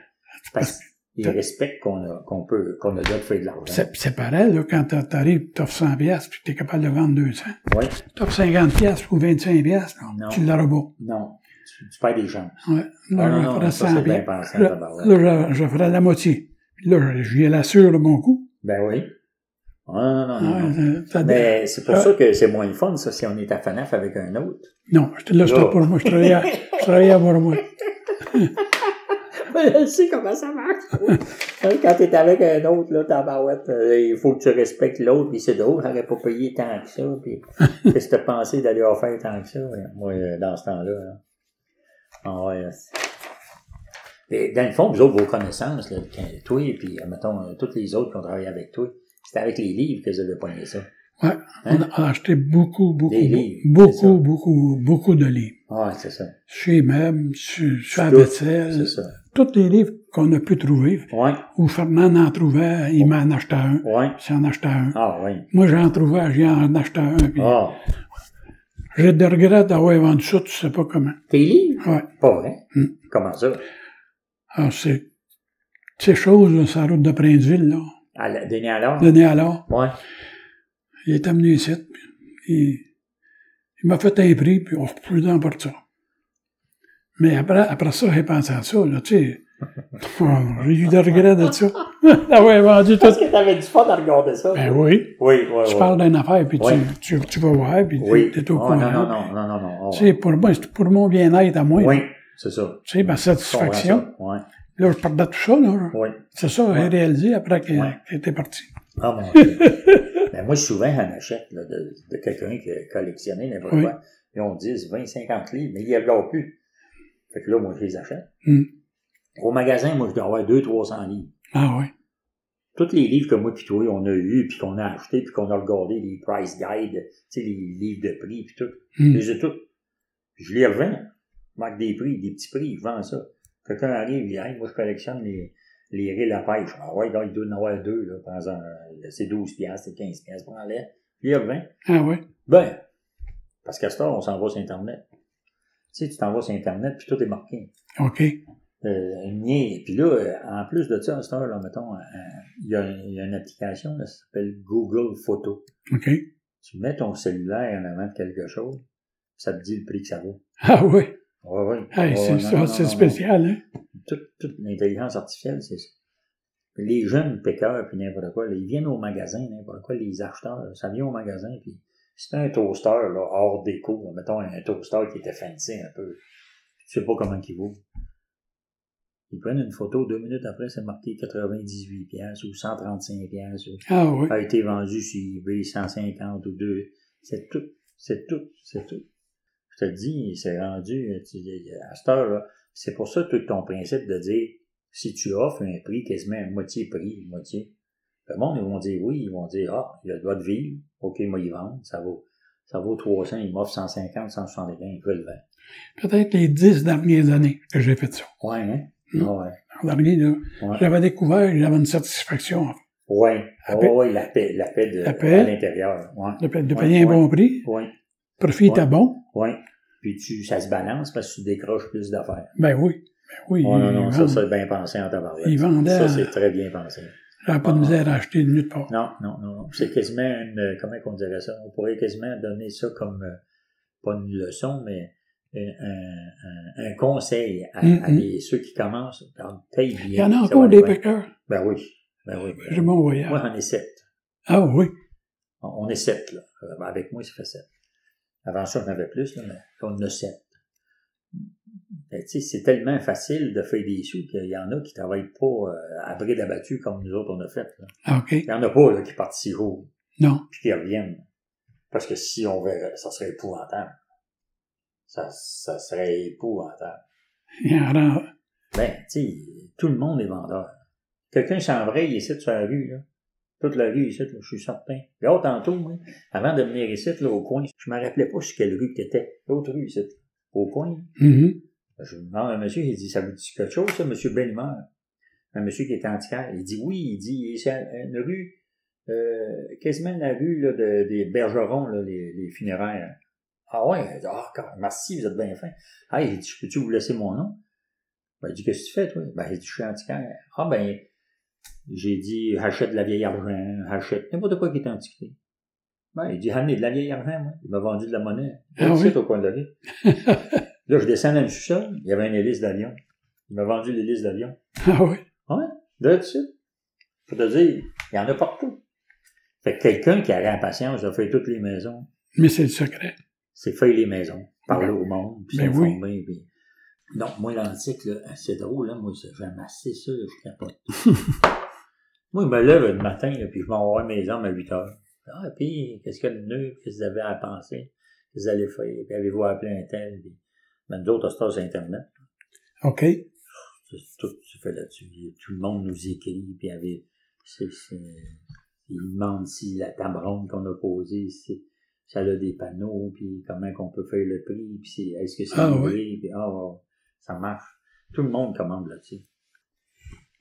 Parce qu'ils respectent qu'on a, qu'on peut, qu'on a d'autres fait de l'argent. C'est c'est pareil, là, quand t'a- t'arrives, t'offres 100 piastres, puis t'es capable de vendre 200. Oui. T'offres 50 piastres ou 25 piastres, là, Non. tu l'auras pas. Non. Tu, tu perds des gens. Ouais. Ah, Là, non, je non, ferai ça, c'est 100 bien piastres. pensant, Là, tabarouette. là, je, je ferai la moitié. Puis là, je, je lui assure mon coup. Ben oui. Ah, non, non, non. Ouais, ça- ça- Mais c'est pour Ah. ça que c'est moins le fun, ça, si on est à FANAF avec un autre. Non, je te laisse Là. pas pour moi, je travaillais, à- je travaillais à pour moi. Ben, Je sais comment ça marche. Hein, Quand t'es avec un autre, là, tabarouette, euh, il faut que tu respectes l'autre, puis c'est drôle, j'aurais pas payé tant que ça, puis qu'est-ce que t'as pensé d'aller offrir tant que ça, ouais, moi, euh, dans ce temps-là, là. Ah ouais, là, c'est- Mais dans le fond, vous autres, vos connaissances, là, quand- toi, et puis, euh, mettons, euh, tous les autres qui ont travaillé avec toi, c'était avec les livres que vous avez pogné ça. Ouais, on a- on a acheté beaucoup, beaucoup, Hein? Des livres, c'est ça. beaucoup, beaucoup, beaucoup de livres. Ah, c'est ça. Chez E Mem, chez chez la Tout, vaisselle, C'est ça. tous les livres qu'on a pu trouver, Ouais, où Fernand en trouvait, il m'en achetait un, ouais. j'en achetait un. Ah, ouais. Moi, j'en trouvais, j'en achetais un. puis Ah. J'ai des regrets d'avoir vendu ça, tu sais pas comment. Tes livres? Ouais, Pas vrai. Hmm. Comment ça? alors Ah, c'est... Ces choses, là, sur la route de Princeville, là, Ah. À la, donné à l'heure? donné à l'or, Ouais. Il est amené ici, puis il, il m'a fait un prix, puis on peut d'en partir. Mais après, après ça, j'ai pensé à ça, là, tu sais. Ah, J'ai eu des regrets de ça. D'avoir vendu tout. Parce que t'avais du fun à regarder ça. Ben oui, Oui, oui, oui. tu parles d'une affaire, puis tu- Oui. tu, tu, vas voir, puis Ah, Oui. t'es au Ah, courant. non, non, non, non, non, non. ah, Tu sais, pour moi, c'est pour mon bien-être à moi. oui, c'est ça. Tu sais, ma satisfaction. Oui, Là, je parlais de tout ça, là. oui. C'est ça, j'ai réalisé après que Ouais. que t'es parti. Ah mon Dieu. ben, moi, souvent, j'en achète là, de, de quelqu'un qui a collectionné n'importe Oui. quoi. Ils ont 10, 20, 50 livres, mais ils ne regardent plus. Fait que là, moi, je les achète. Hmm. Au magasin, moi, je dois avoir 200, 300 livres. Ah oui. Tous les livres que moi puis toi, on a eu, puis qu'on a acheté, puis qu'on a regardé, les price guides, tu sais, les livres de prix, puis tout. Je Hmm. les ai tous. Je les revends. Je marque des prix, des petits prix, je vends ça. Quelqu'un arrive, il dit Hey, moi je collectionne les, les rilles à pêche. Ah ouais, donc il doit en avoir deux, là, dans un, c'est 12 piastres, c'est 15 piastres, prends-les. Je les revends. Ah oui. Ben, parce qu'à ce temps, on s'en va sur Internet. Tu sais, tu t'en vas sur Internet, puis tout est marqué OK. euh, nier. Puis là, euh, en plus de ça, à cette heure, là, mettons, euh, il y, a, il y a une application là, qui s'appelle Google Photo. OK. Tu mets ton cellulaire en avant de quelque chose, ça te dit le prix que ça vaut. Ah oui. Ouais, ouais. Hey, Ouais, c'est ouais, non, ça, non, c'est non, spécial, hein? non. Toute, toute l'intelligence artificielle, c'est ça. Les jeunes péqueurs, puis n'importe quoi, là, ils viennent au magasin, n'importe quoi, les acheteurs, là, ça vient au magasin, puis c'est un toaster là, hors déco, là, mettons un toaster qui était fancy un peu, tu sais pas comment il vaut. Ils prennent une photo, deux minutes après, c'est marqué 98 pièces ou 135 pièces ou Ah oui. a été vendu sur eBay 150 ou 2. C'est tout, c'est tout, c'est tout. Je te le dis, c'est rendu euh, tu- à cette heure-là. C'est pour ça tout ton principe de dire si tu offres un prix quasiment à moitié prix, moitié, le monde, ils vont dire oui, ils vont dire Ah, il a le droit de vivre, ok, moi il vend, ça vaut. Ça vaut 300, il m'offre 150, 175, je vais le vendre. Peut-être les dix dernières années que j'ai fait ça. Ouais, hein? Mm. Ouais. En dernier, là, Ouais. j'avais découvert, que j'avais une satisfaction Ouais. La Ouais, paix. ouais, la paix, la paix de, La paix. à l'intérieur. Ouais. de, pa- de Ouais, payer un ouais. bon prix. Ouais. Profit était Ouais. bon. Oui. Puis tu, ça se balance parce que tu décroches plus d'affaires. Ben oui. Ben oui. Oh, non, non, ils ça, vendent. c'est bien pensé en tabarouette. Ils vendaient Ça, à- c'est très bien pensé. J'avais pas de Ah. misère à acheter de nulle part. Non, non, non. non. C'est quasiment une, euh, comment qu'on dirait ça? On pourrait quasiment donner ça comme, euh, pas une leçon, mais un, un- un- un conseil à, Mhm. à des- ceux qui commencent. Donc, paye bien. Il y en a ça encore va des bien. péqueurs. Ben oui. Ben oui. J'ai mon voyage. Moi, j'en ai sept. Ah oui. On on est sept, là. Euh, ben, Avec moi, ça fait sept. Avant ça, j'en avais plus, là, mais on en a sept. Ben, tu sais, c'est tellement facile de faire des sous qu'il y en a qui travaillent pas euh, à bride abattue comme nous autres, on a fait. là. Ah, OK. Il y en a pas là, qui partent six jours Non. puis qui reviennent. Parce que si on verrait, ça serait épouvantable. Ça, ça serait épouvantable. Il y en a. Ben, tu sais, tout le monde est vendeur. Quelqu'un s'en vrai, il est ici sur la rue, là. Toute la rue ici, là, je suis certain. Là, tantôt, moi, avant de venir ici, là, au coin, je me rappelais pas sur quelle rue que t'étais. L'autre rue ici, au coin. Mhm. Je me demande à un monsieur, il dit, ça vous dit quelque chose, ça, monsieur Bellimard? Un monsieur qui est antiquaire. Il dit, oui, il dit, c'est une rue, euh, quasiment la rue, là, de- des Bergerons, là, les, les funéraires. Ah ouais? Il dit, ah, quand- merci, vous êtes bien fin. Ah, il dit, peux-tu vous laisser mon nom? Ben, il dit, qu'est-ce que tu fais, toi? Ben, il dit, je suis antiquaire. Ah, ben, j'ai dit, achète de la vieille argent, achète n'importe quoi qui est antiqué. Ben, il dit, amenez de la vieille argent, moi. Il m'a vendu de la monnaie. Ah oui? C'est au coin de la rue. Là, je descends dans le sous-sol, il y avait une hélice d'avion. Il m'a vendu l'hélice d'avion. Ah oui. Là, tu sais, faut te dire, il y en a partout. Fait que quelqu'un qui a la patience de faire toutes les maisons, Mais c'est le secret. c'est faire les maisons, parler au monde, puis Ben s'informer, puis... Donc, moi, l'antique, là, c'est drôle, là, moi, ça, j'aime assez ça, là, je capote. moi, je me lève le matin, là, puis je m'en vais à mes hommes à 8 heures. Ah, puis, qu'est-ce que le nœud, qu'est-ce que vous avez à penser, qu'est-ce que vous allez faire, puis avez-vous appelé un tel, puis... Ben, nous autres, on se passe sur Internet. OK. C'est tout se fait là-dessus. Tout le monde nous écrit, puis avec, c'est, c'est, ils demandent si la table ronde qu'on a posée, si ça a des panneaux, puis comment qu'on peut faire le prix, puis c'est, est-ce que c'est Ah, livré, puis ah, ouais, ça marche. Tout le monde commande là-dessus.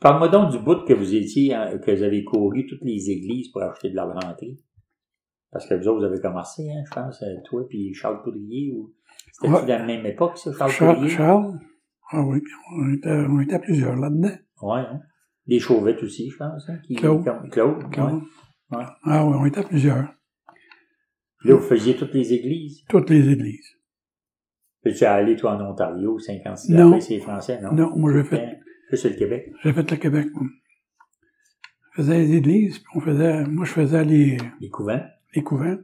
Parle-moi donc du bout que vous étiez, hein, que vous avez couru toutes les églises pour acheter de la rentrée. Parce que vous autres, vous avez commencé, hein, je pense, euh, toi puis Charles Poudrier, ou c'était-tu Ouais. de la même époque, ça, Charles Charles, Poudrier? Charles? Ah oui, on était, on était plusieurs là-dedans. Ouais, hein. Les Chauvettes aussi, je pense. Hein, qui, Claude. comme- Claude. ouais. Ah oui, on était plusieurs. Là, vous faisiez toutes les églises. toutes les églises. Peux-tu aller, toi, en Ontario, 56 Non. après, c'est les Français, non? Non, moi, j'ai fait, Hein? Là, c'est le Québec. j'ai fait le Québec, moi. Je faisais les églises, puis on faisait, moi, je faisais les, Les couvents. les couvents.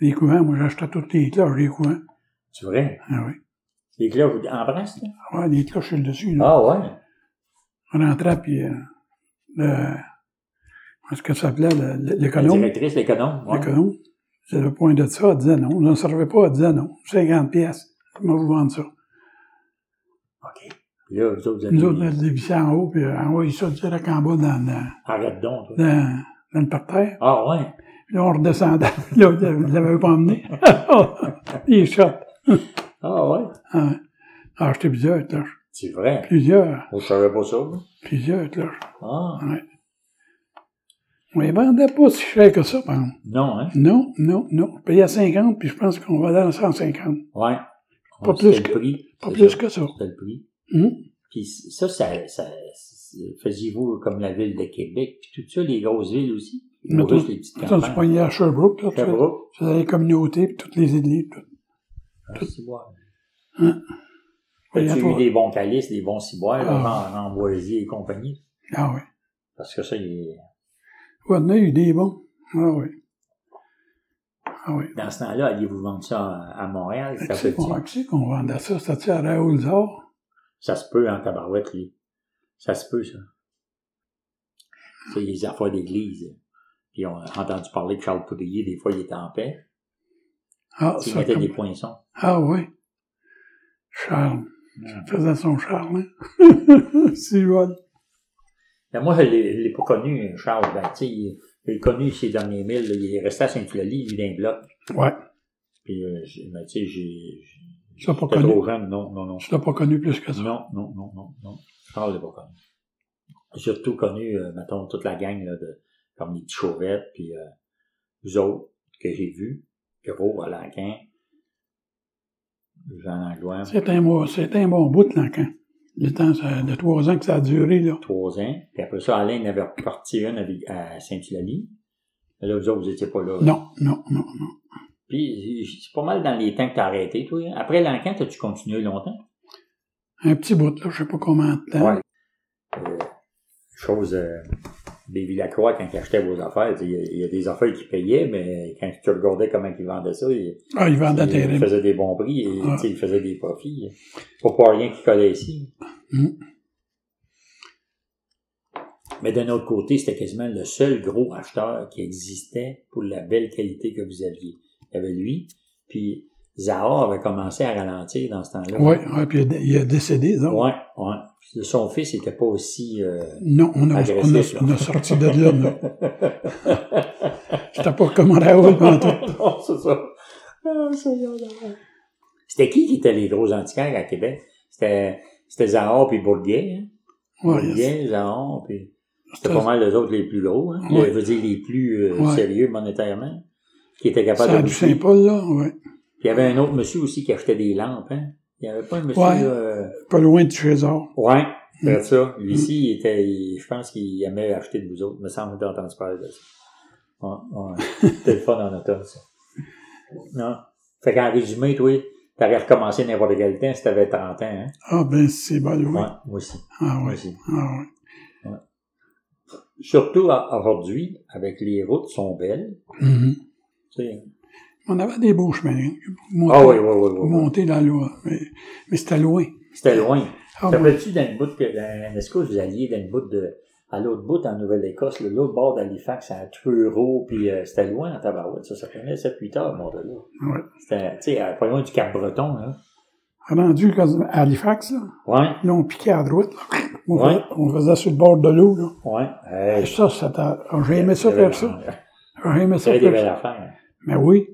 Les couvents, moi, j'achetais toutes les cloches des couvents. C'est vrai. Ah oui. Les cloches en brasse, là? Ouais, les cloches sur le dessus, là. Ah, ouais. On rentrait, puis euh, le, ce que ça s'appelait, le- le- La l'économe. directrice, l'économe. ouais. L'économe. Ça avait point de ça, elle disait non. On ne servait pas, elle disait non. 50 pièces. Comment vous vendre ça? OK. Puis là, vous autres, vous avez... Nous autres, ben- on le dévissait en haut, puis euh, en haut, il ça direct en bas dans, dans, Arrête donc, toi. dans, dans le parterre. Ah, ouais. Puis là, on redescendait. Là, il l'avait pas emmené. Il shot. Ah, ouais. Ah, ah, j'étais plusieurs cloches. C'est Mm. vrai. Plusieurs, Vous savez pas ça, vous? plusieurs cloches. Ah. On les vendait pas si cher que ça, par exemple. Non, hein? Non, non, non. Je payais 50, puis je pense qu'on vendait à 150. Ouais. Pas C'était plus le que- prix. Pas C'est plus ça. que ça. C'était le prix. Hum? Puis ça, ça, ça, c'est- faisiez-vous comme la ville de Québec, puis tout ça, les grosses villes aussi? Ou Mettons- juste les petites Ça, tu campagnes? pognais à Sherbrooke, là, tu faisais- Sherbrooke? tu faisais les communautés, puis toutes les églises. Tout. Ah, Ciboire. Hein? As-tu Voyons eu pas. des bons calices, des bons ciboires, là, Ah. en, en Boisier et compagnie? Ah oui. Parce que ça, il est- Ouais, on a eu des bons. Ah oui. Ah oui. dans ce temps-là, alliez-vous vendre ça à, à Montréal? Ça, C'est peut, qu'on qui c'est Ben, qu'on vendait ça. C'était à Raoul Zor. ça se peut en tabarouette, lui. Ça se peut, ça. C'est les affaires d'église. Puis on a entendu parler que Charles Poudrier, des fois, il était en paix. Ah, Il ça, mettait comme- des poinçons. ah oui. Charles. Ouais. Il faisait son Charles, hein. c'est bon. Ben, moi, je l'ai je l'ai pas connu, Charles. Ben, tu sais, il- je l'ai connu ces derniers mille. là. Il est resté à Sainte-Flolie, lui, d'un bloc. Ouais. Puis, euh, j'ai- ben, tu sais, j'ai... Tu l'as pas j'étais connu. trop jeune, non, non, non. Je l'ai pas connu plus que ça. Non, non, non, non, non. Charles l'a pas connu. J'ai surtout connu, euh, mettons, toute la gang, là, de, comme les petits chauvettes, puis euh, vous autres, que j'ai vus. Gros, Alanquin, Jean Langlois, C'est un, bon- c'est un bon bout, là, quand. Le temps ça- de trois ans que ça a duré, là. trois ans. Puis après ça, Alain en avait reparti une avec- à Sainte-Hilalie. Mais Là, vous autres, vous étiez pas là. Non, non, non, non. Puis, c'est pas mal dans les temps que t'as arrêté, toi. hein? Après l'encan, t'as-tu continué longtemps? Un petit bout, là, je sais pas comment de temps. Euh, chose, euh, Baby Lacroix, quand il achetait vos affaires, tu sais, il y a- il y, a des affaires qu'il payait, mais quand tu regardais comment il vendait ça, il, Ah, il vendait il terrible. faisait des bons prix, et, Ah. tu sais, il faisait des profits. Pas pour rien qu'il collait ici. Mm. Mais d'un autre côté, c'était quasiment le seul gros acheteur qui existait pour la belle qualité que vous aviez. Il y avait lui, puis Zahar avait commencé à ralentir dans ce temps-là. Oui, ouais, puis il est- il est décédé, donc. Ouais, ouais. Puis Son fils n'était pas aussi. euh, Non, on a, on a, Agressif, là. on a sorti de là, là. J'étais pas comme Raoul pendant tout. non, c'est ça. Ah, Seigneur d'amour. C'était qui qui était les gros antiquaires à Québec? C'était, c'était Zahor puis Bourguet. Hein? Ouais, Bourguet, Zahor, puis. C'était Ça- pas mal les autres les plus gros. Hein? Ouais. Je veux dire les plus euh, Ouais. sérieux monétairement. Qui étaient capables ça a de. du Saint-Paul, là, ouais. Puis il y avait un autre monsieur aussi qui achetait des lampes. Hein? Il n'y avait pas un monsieur. Ouais. là, euh, Pas loin du Trésor. Ouais, Mm. c'est ça. Lui ici, il était, il- je pense qu'il aimait acheter de vous autres. Il me semble que j'ai entendu parler de ça. Ouais, ouais. C'était le fun en automne, ça. Non. Fait qu'en résumé, toi, t'avais recommencé n'importe quel temps si t'avais 30 ans, hein? Ah, ben, c'est bon, oui. Ouais, moi aussi. Ah, Moi ouais. aussi. Ah, ouais. Surtout à- aujourd'hui, avec les routes sont belles. Mhm. tu sais. On avait des beaux chemins, hein, pour monter, Ah oui, oui, oui, pour oui. oui. monter la loi. Mais, mais c'était loin. C'était loin. Ah, Te ouais. rappelles-tu d'une bout que, dans- est-ce que vous alliez d'une bout de, à l'autre bout en Nouvelle-Écosse, là, l'autre bord d'Halifax, à Truro, puis euh, c'était loin en Tabarouette, ça, ça prenait 7-8 heures, mon là. Ouais. C'était, tu sais, à- pas loin du Cap-Breton, là. Rendu comme à Halifax, là, Ouais, là, on piquait à droite. là. On, Ouais. faisait, on faisait sur le bord de l'eau. là. ouais. Euh, Et ça, c'était... ah, J'ai aimé ça faire ça. J'ai aimé ça J'avais des faire belles ça. affaires. Mais oui,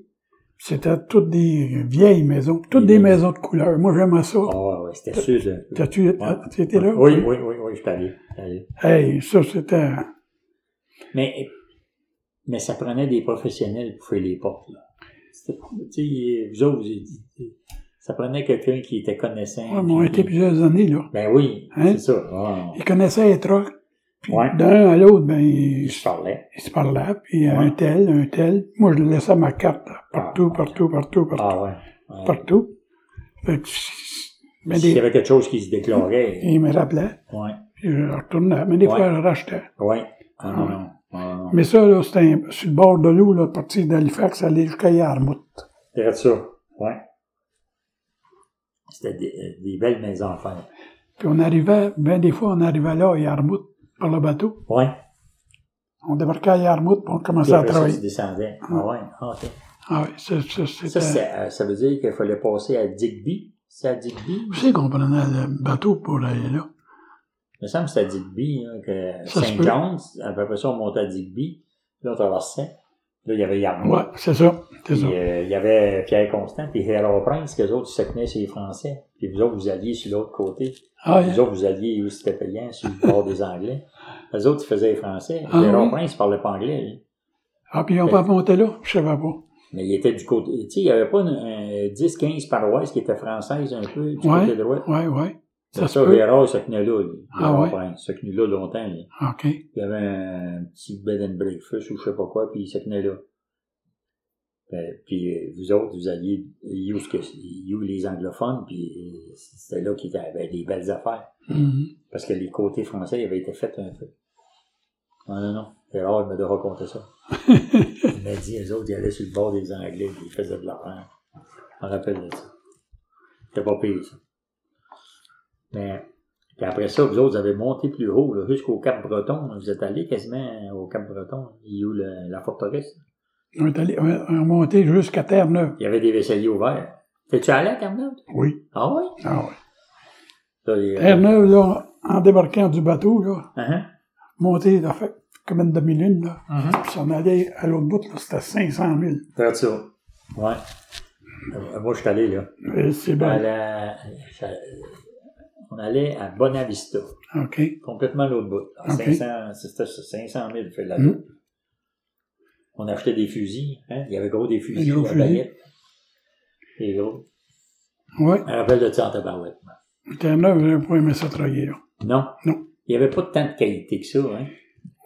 c'était toutes des vieilles maisons, toutes des Des- maisons de couleur. Moi, j'aimais ça. Ah, ouais, ouais, c'était sûr de... T'as-tu été là? Oui, oui, oui, oui, je t'allais, allé. Hey, ça, c'était... Mais, mais ça prenait des professionnels pour faire les portes, là. C'était- Tu sais, vous autres, vous étiez- ça prenait quelqu'un qui était connaissant. Ouais, mais on a qui- été plusieurs années, là. Ben oui, Hein? c'est ça. Ah, Ils connaissaient les trucks, Puis Ouais. d'un à l'autre, ben, il, Ils se parlaient. il se parlait, puis Ouais. un tel, un tel. Moi, je laissais ma carte là, partout, Ah, partout, partout, partout, Ah ouais. ouais. partout. Fait que, ben, S'il y des, avait quelque chose qui se déclarait. il me rappelait, Ouais. puis je retournais. Mais des Ouais. fois, je rachetais. Ouais. Ah non, Ouais. non. Ah, non. Mais ça, là, c'était un- sur le bord de l'eau, là, partir d'Halifax, aller jusqu'à Yarmouth. Regarde ça. Ouais. C'était des, euh, des belles maisons à faire. Puis on arrivait, bien des fois, on arrivait là, à Yarmouth, par le bateau. Ouais. On débarquait à Yarmouth, puis on Puis commençait à après ça, tu travailler. descendais. Ah ouais. Ah, ok. Ah oui, ça, ça, c'était... Ça, c'est, euh, ça veut dire qu'il fallait passer à Digby. C'est à Digby? Où c'est qu'on prenait le bateau pour aller là? Il me semble que c'est à Digby, là, que Ça se peut. Saint-John, après ça, on montait à Digby, puis là, on traversait. Puis Là, il y avait Yarmouth, Ouais, c'est ça, c'est puis ça. euh, il y avait Pierre Constant, puis Harold Prince, qu'eux autres, ils se tenaient chez les Français. Puis vous autres, vous alliez sur l'autre côté. Ah, Vous autres, vous alliez, où c'était payant, sur le bord des Anglais. Eux autres, ils faisaient les Français. Ah, Harold oui. Prince, il parlait pas anglais, lui. ah, puis on va monter là, je savais pas. Mais il était du côté... Tu sais, il y avait pas une- un 10-15 paroisses qui étaient françaises un peu, du Ouais. côté droit. Ouais, ouais. Ça, Ça se ça peut. Gérard, il se tenait là. lui. Ah Gérard ouais? Prince, Il se tenait là longtemps. lui. OK. Il y avait un petit bed and breakfast ou je sais pas quoi, puis il se tenait là. Ben, puis euh, vous autres, vous alliez you, ce que, you les anglophones, puis euh, c'était là qu'il y avait des belles affaires. Mhm. Parce que les côtés français avaient été faits un peu. Non, non, non. Gérard, il m'a de raconter ça. il m'a dit, eux autres, ils allaient sur le bord des Anglais, puis ils faisaient de l'argent. Je me rappelle de ça. C'était pas pire, ça. Mais, puis après ça, vous autres, vous avez monté plus haut, là, jusqu'au Cap-Breton. là. Vous êtes allés quasiment au Cap-Breton. Il y a eu le- la forteresse. On est allé, on est monté jusqu'à Terre-Neuve. Il y avait des vaisseliers ouverts. T'es-tu allé à Cap-Breton? Oui. Ah oui? Ah oui. Ça, il y a- Terre-Neuve, là, en débarquant du bateau, là, Uh-huh. monter, là, fait comme une demi-lune, là. Mhm. Puis on allait à l'autre bout, là, c'était 500 000. Faire ça. Ouais. Euh, Moi, je suis allé, là. Et C'est à bien. la- ça- on allait à Bonavista, OK. complètement l'autre bout. À Ah, Ok. 500, c'était sur 500 000, fait la Mm. On achetait des fusils, hein? il y avait gros des fusils, Des gros la fusils. baguette. Des gros. Oui. Je me rappelle de ça en tabarouette. moi. Terre-Neuve, j'aurais pas aimé ça travailler, là. Non? Non. Il n'y avait pas tant de qualité que ça. Hein?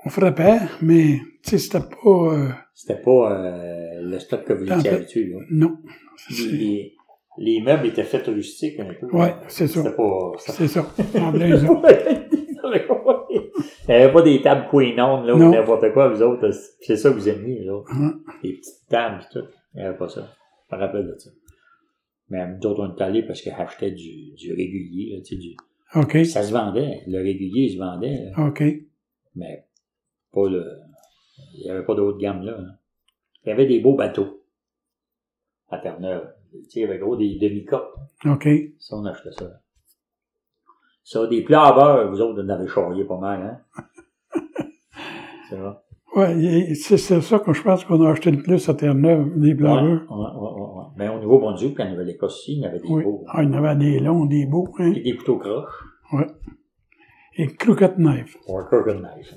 On frappait, mais, tu sais, c'était pas... euh, C'était pas euh, le stock que vous En étiez fait, habitué. là. non. Les, C'est- les- les meubles étaient faits rustiques un peu. Ouais, c'est ça. C'était pas... c'était C'est ça. En plein ça. Il n'y avait pas des tables Queen On, là, ou Non. n'importe quoi, vous autres. là. C'est ça que vous aimiez, là. Hein. Des petites tables et tout. Il n'y avait pas ça. Je me rappelle de ça. Mais nous autres, on est allés parce qu'ils achetaient du, du régulier, là, tu sais, du... OK. Ça se vendait. Le régulier, il se vendait, là. OK. Mais pas le... Il n'y avait pas de haut de gamme, là. hein. Il y avait des beaux bateaux. À Terre-Neuve. Tu sais, il y avait gros des demi-copes. OK. Ça, on achetait ça. Ça, des plats à beurre, vous autres, vous en avez charrié pas mal, hein? C'est vrai. Ouais, et c'est c'est ça que je pense qu'on a acheté le plus à Terre-Neuve, des Ouais, ouais, ouais, blaveurs. ouais, ouais. Mais au Nouveau-Brunswick, puis en Nouvelle-Écosse aussi, il y en avait des Oui. beaux. hein. Ah, il y en avait des longs, des beaux, hein. Puis des couteaux croches. Et croquettes knife. Ou un crooked knife.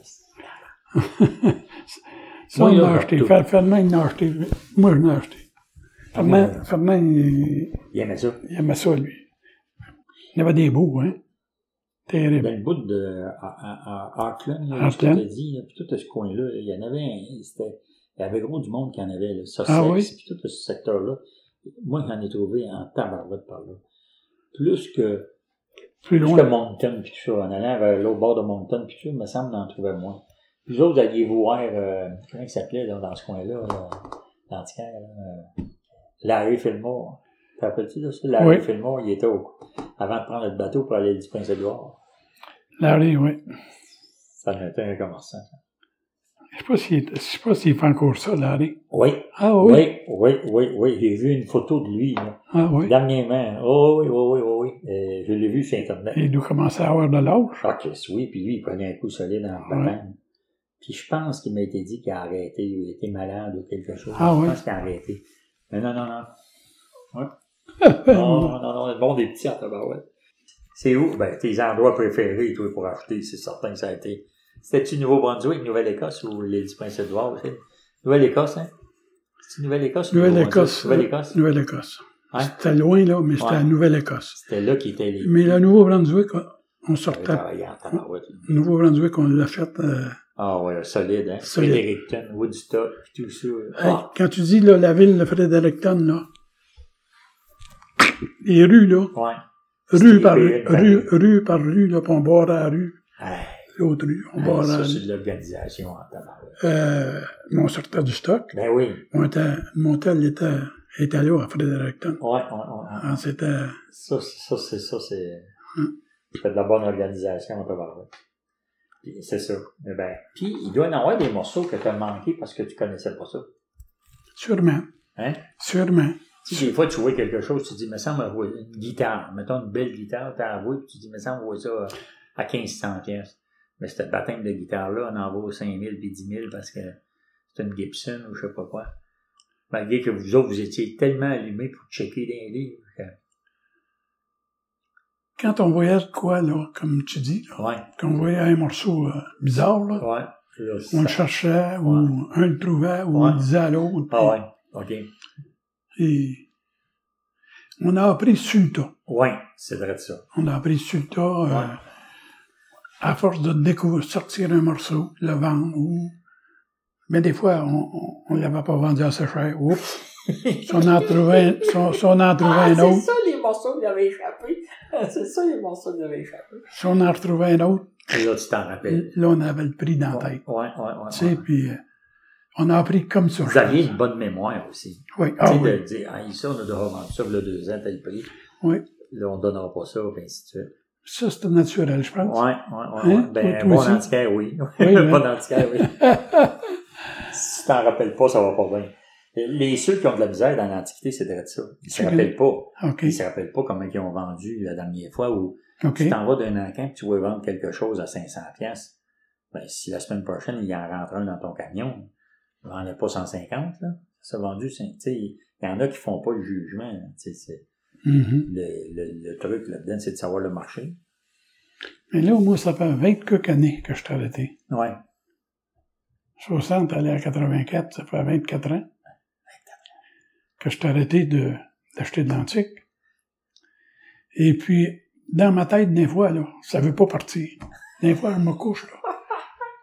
Ça, Oui, on là, a acheté. partout. Fer- Fernand, il en a acheté. Moi, je l'ai acheté. Fernand, Ah, Fernand il, Il aimait ça. il aimait ça, lui. Il y avait des beaux, hein. Dans Terrible. le bout de à, à, à Auckland, là, Auckland. je te l'ai dit, là, puis tout ce coin-là, il y en avait, un- c'était, il y avait gros du monde qui en avait, là, Sussex, Ah oui? puis tout ce secteur-là. Moi, j'en ai trouvé en tabarouette par là. Plus que Plus Plus que loin. Moncton puis tout ça, en allant vers l'autre bord de Moncton puis tout ça, il me semble d'en trouver moins. Vous autres, vous alliez voir, euh, comment il s'appelait là, dans ce coin-là, là, l'antiquaire, là, euh, Larry Fillmore. Te rappelles-tu de ça? Larry Oui. Fillmore, il était au... Avant de prendre le bateau pour aller du Prince-Édouard. Larry, oui. Ça en était un commerçant. ça. Je sais pas s'il- je sais pas s'il fait encore ça, Larry. Oui, Ah oui. oui, oui, oui, oui. J'ai vu une photo de lui, là. Ah oui. Dernièrement. Oh oui, oui, oui, oui, oui. Euh, je l'ai vu sur Internet. Il doit commencer à avoir de l'âge. Ah, Chris, oui, puis lui, il prenait un coup solide en banane. Puis je pense qu'il m'a été dit qu'il a arrêté, il était malade ou quelque chose. Ah je oui? pense qu'il a arrêté. Mais non, non, non. Ouais. non, non, non, non, le monde est petit en tabarouette. C'est où? Ben, tes endroits préférés, toi, pour acheter, c'est certain que ça a été. C'était-tu Nouveau-Brunswick, Nouvelle-Écosse ou l'île du Prince-Édouard? c'est- Nouvelle-Écosse, hein? C'est-tu Nouvelle-Écosse? ou Nouvelle-Écosse. Nouvelle-Écosse. Nouvelle-Écosse. Hein? C'était loin, là, mais c'était Ouais. à Nouvelle-Écosse. C'était là qu'ils étaient les. Mais le Nouveau-Brunswick, on- On Il sortait travaillait en tabarouette. au Nouveau-Brunswick, on l'a fait. euh, Ah ouais, solide, hein? Solide. Fredericton, Woodstock, tout ça. hey, Ah, Quand tu dis là, la ville de Fredericton, là, les rues, là, ouais. rue C'était par rue, pire, par rue, rue. rue par rue, là, puis on barre à la rue, Ah, l'autre rue, on barre à la ça, c'est rue. de l'organisation en tabarouette. Euh, mais on sortait du stock. Ben oui. On était, Montel était, était là à Fredericton. Ouais, ouais, ouais. ouais. Ah, C'était Ça, c'est- ça, c'est ça, c'est. Hum. C'est de la bonne organisation, on peut parler. Puis, C'est ça. Eh Ben, puis, il doit y en avoir des morceaux que tu as manqué parce que tu connaissais pas ça. sûrement, Hein? sûrement. Tu sais, des fois, tu vois quelque chose, tu dis, mais ça me voit une guitare. Mettons une belle guitare, tu la vois, puis tu dis, mais ça me voit ça euh, à 1500 pièces. Mais cette baptême de guitare-là, on en vaut 5000 puis 10 000 parce que c'est une Gibson ou je sais pas quoi. Malgré que vous autres, vous étiez tellement allumés pour checker des livres. que- Quand on voyait de quoi, là, comme tu dis, là, Ouais, qu'on voyait un morceau euh, bizarre, là, ouais. Là, on ça- le cherchait, ou un le trouvait, ou on Ouais. le disait à l'autre. Ah ouais, ok. Et on a appris sur le tas. Ouais, c'est vrai de ça. On a appris sur le tas, euh, Ouais. à force de découvrir, sortir un morceau, le vendre. Ou... Mais des fois, on ne l'avait pas vendu assez cher. Oups! si on en trouvait, si on, si on en trouvait Ah, un c'est autre, ça les morceaux qui avaient échappé. c'est ça les morceaux qui avaient échappé. si on en retrouvait un autre, Et là, tu t'en rappelles. là, on avait le prix dans la Ben. Ouais, tête. ouais, ouais. Tu ouais. sais, puis euh, on a appris comme ça. Vous aviez une bonne mémoire aussi. Oui, Tu ah, sais, oui. de dire, ah, ici, on a déjà vendu ça, le deux ans, t'as le prix. Oui. Là, on donnera pas ça, puis ainsi de suite. Ça, c'était naturel, je Ouais, pense. ouais, ouais. Hein? ouais. Ben, Toi bon aussi? antiquaire, oui. Oui, hein? bon antiquaire, oui. si tu t'en rappelles pas, ça va pas bien. Les ceux qui ont de la misère dans l'Antiquité, c'est de ça. Ils se Ceux qui- rappellent pas. OK, Ils se rappellent pas comment ils ont vendu la dernière fois ou OK. Tu t'en vas d'un encan et tu veux vendre quelque chose à 500 pièces. Ben, si la semaine prochaine, il en rentre un dans ton camion, vends-le pas 150, là. Ça s'est vendu, c'est- tu sais, il y en a qui font pas le jugement, là. Tu sais, c'est- Mhm. le, le- le truc là-dedans, c'est de savoir le marché. Mais là, au moins, ça fait 20 quelques années que je suis arrêté. Ouais. 60, allé à 84, ça fait 24 ans que je suis arrêté de- d'acheter de, l'antique. Et puis, dans ma tête, des fois, là, ça veut pas partir. Des fois, je me couche, là.